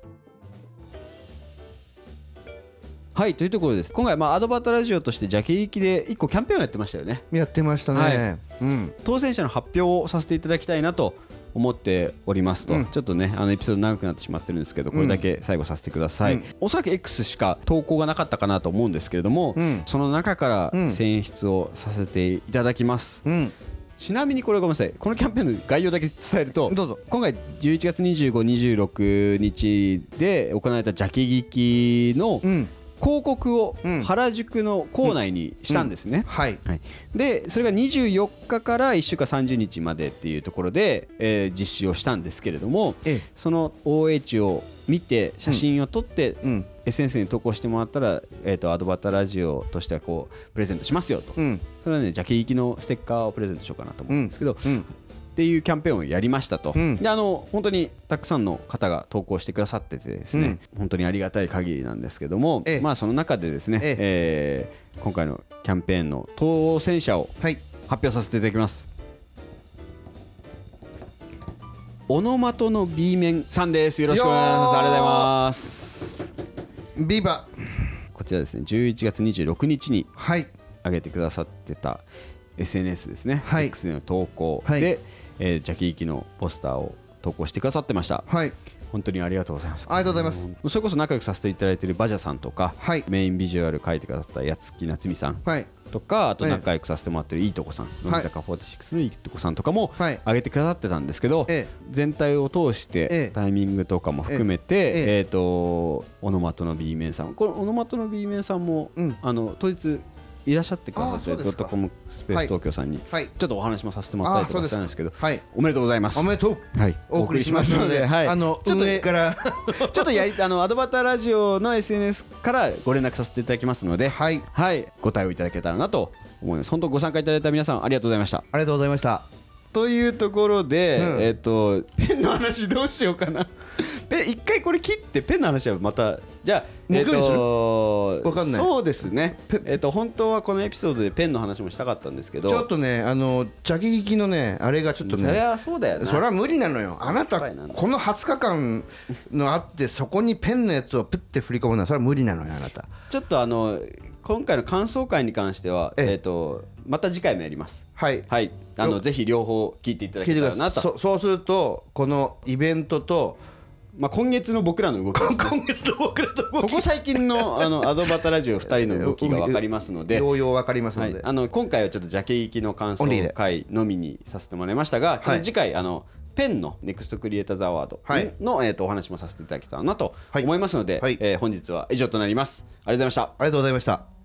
Speaker 4: はいというところです今回まあアドバタラジオとしてジャケ行きで1個キャンペーンをやってましたよね
Speaker 2: やってましたねうん
Speaker 4: 当選者の発表をさせていただきたいなと思っておりますと、
Speaker 2: うん
Speaker 4: ちょっとねあのエピソード長くなってしまってるんですけどこれだけ最後させてください、
Speaker 2: うん
Speaker 4: おそらく X しか投稿がなかったかなと思うんですけれども、
Speaker 2: うん
Speaker 4: その中か
Speaker 2: うん
Speaker 4: ら選出をさせていただきます、
Speaker 2: うん
Speaker 4: ちなみにこれごめんなさいこのキャンペーンの概要だけ伝えると
Speaker 2: どうぞ
Speaker 4: 今回11月2526日で行われたジャケ劇の
Speaker 2: うん
Speaker 4: 広告を
Speaker 2: うん
Speaker 4: 原宿の構内にしたんですね、
Speaker 2: はい
Speaker 4: はい、でそれが24日から1週間30日までっていうところで、えー実施をしたんですけれども
Speaker 2: ええ
Speaker 4: その OH を見て写真を撮って、
Speaker 2: うん
Speaker 4: SNS に投稿してもらったら、えー、とアドバタラジオとしてはこうプレゼントしますよと、
Speaker 2: うん
Speaker 4: それはねジャケ行きのステッカーをプレゼントしようかなと思うんですけど、
Speaker 2: うん
Speaker 4: っていうキャンペーンをやりましたと、
Speaker 2: うん
Speaker 4: であの本当にたくさんの方が投稿してくださっててですね、本当にありがたい限りなんですけども、
Speaker 2: ええ
Speaker 4: まあその中でですね、
Speaker 2: ええ
Speaker 4: えー今回のキャンペーンの当選者を
Speaker 2: はい
Speaker 4: 発表させていただきますオノマトの B 面さんですよろしくお願いします
Speaker 2: よー
Speaker 4: ありがとうございます
Speaker 2: ビバ
Speaker 4: こちらですね11月26日に
Speaker 2: はい
Speaker 4: 上げてくださってた SNS ですね、
Speaker 2: はい
Speaker 4: X での投稿で、
Speaker 2: はい
Speaker 4: えージャキイキのポスターを投稿してくださってました
Speaker 2: はい
Speaker 1: 本当にありがとうございます
Speaker 2: ありがとうござい
Speaker 1: うんそれこそ仲良くさせていただいてるバジャさんとか、
Speaker 2: はい
Speaker 1: メインビジュアル書いてくださったやつきなつみさん
Speaker 2: はい
Speaker 1: とかあと
Speaker 2: ええ
Speaker 1: 仲良くさせてもらってるいいとこさん乃木坂46のいいとこさんとかも
Speaker 2: はい
Speaker 1: 上げてくださってたんですけど、
Speaker 2: ええ
Speaker 1: 全体を通し
Speaker 2: ええ
Speaker 1: てタイミングとかも含めて、え
Speaker 2: ええ
Speaker 1: ーとオノマトの B 面さんこのオノマトの B 面さんも、
Speaker 2: うん
Speaker 1: あの当日いらっしゃってくださって
Speaker 2: ああそうで
Speaker 1: ドッ
Speaker 2: すか
Speaker 1: トコムスペース東京さんに、
Speaker 2: はい
Speaker 1: ちょっとお話もさせてもらったりとかしたんですけど
Speaker 2: はい
Speaker 1: おめでとうございます
Speaker 2: お。めでとう
Speaker 1: はい、
Speaker 2: お送りしますので、
Speaker 1: はい、
Speaker 2: あの
Speaker 1: ちょっと
Speaker 2: 運営 か ら
Speaker 1: ちょっとやりあのアドバターラジオの SNS からご連絡させていただきますので、
Speaker 2: はいあ
Speaker 1: はい、ご対応いただけたらなと思います。本当ご参加いただいた皆さんありがとうございました。
Speaker 2: りがとうございました
Speaker 1: というところで、
Speaker 2: うん
Speaker 1: えっ、とペンの話どうしようかな。 ペン一回これ切ってペンの話はまたじゃあ
Speaker 2: 木曜にする
Speaker 1: えっと
Speaker 2: わかんない
Speaker 1: そうですね
Speaker 2: ペ。
Speaker 1: えっ、と本当はこのエピソードでペンの話もしたかったんですけど、
Speaker 2: ちょっとねあのジャギギキのねあれがちょっと
Speaker 1: それ
Speaker 2: ね
Speaker 1: はそうだよな。
Speaker 2: それは無理なのよあなた
Speaker 1: はいなんだ
Speaker 2: この20日間のあってそこにペンのやつをプッて振り込むのはそれは無理なのよあなた
Speaker 1: ちょっとあの今回の感想会に関しては
Speaker 2: ええ
Speaker 1: えっ、とまた次回もやります。
Speaker 2: はい
Speaker 1: はい、あ
Speaker 2: よ
Speaker 1: のぜひ両方聞いていただ
Speaker 2: 聞い
Speaker 1: け
Speaker 2: て
Speaker 1: た
Speaker 2: く
Speaker 1: ら
Speaker 2: ださ
Speaker 1: ないと、
Speaker 2: そそうするとこのイベントと
Speaker 1: まあ、今月の僕らの動きですね
Speaker 2: 今月の僕らと
Speaker 1: ここ最近のあのアドバタラジオ2人の動きが分かりますので、
Speaker 2: ようよう分かります
Speaker 1: は
Speaker 2: の
Speaker 1: い
Speaker 2: で、、
Speaker 1: あの今回はちょっとジャケ行きの感想
Speaker 2: オンリーで
Speaker 1: 会のみにさせてもらいましたが、ちょっと次回あのペンのネクストクリエイターズアワード
Speaker 2: はい
Speaker 1: の、えー、とお話もさせていただけたらなと
Speaker 2: はい
Speaker 1: 思いますので、
Speaker 2: はい
Speaker 1: えー本日は以上となります。ありがとうございました
Speaker 2: ありがとうございました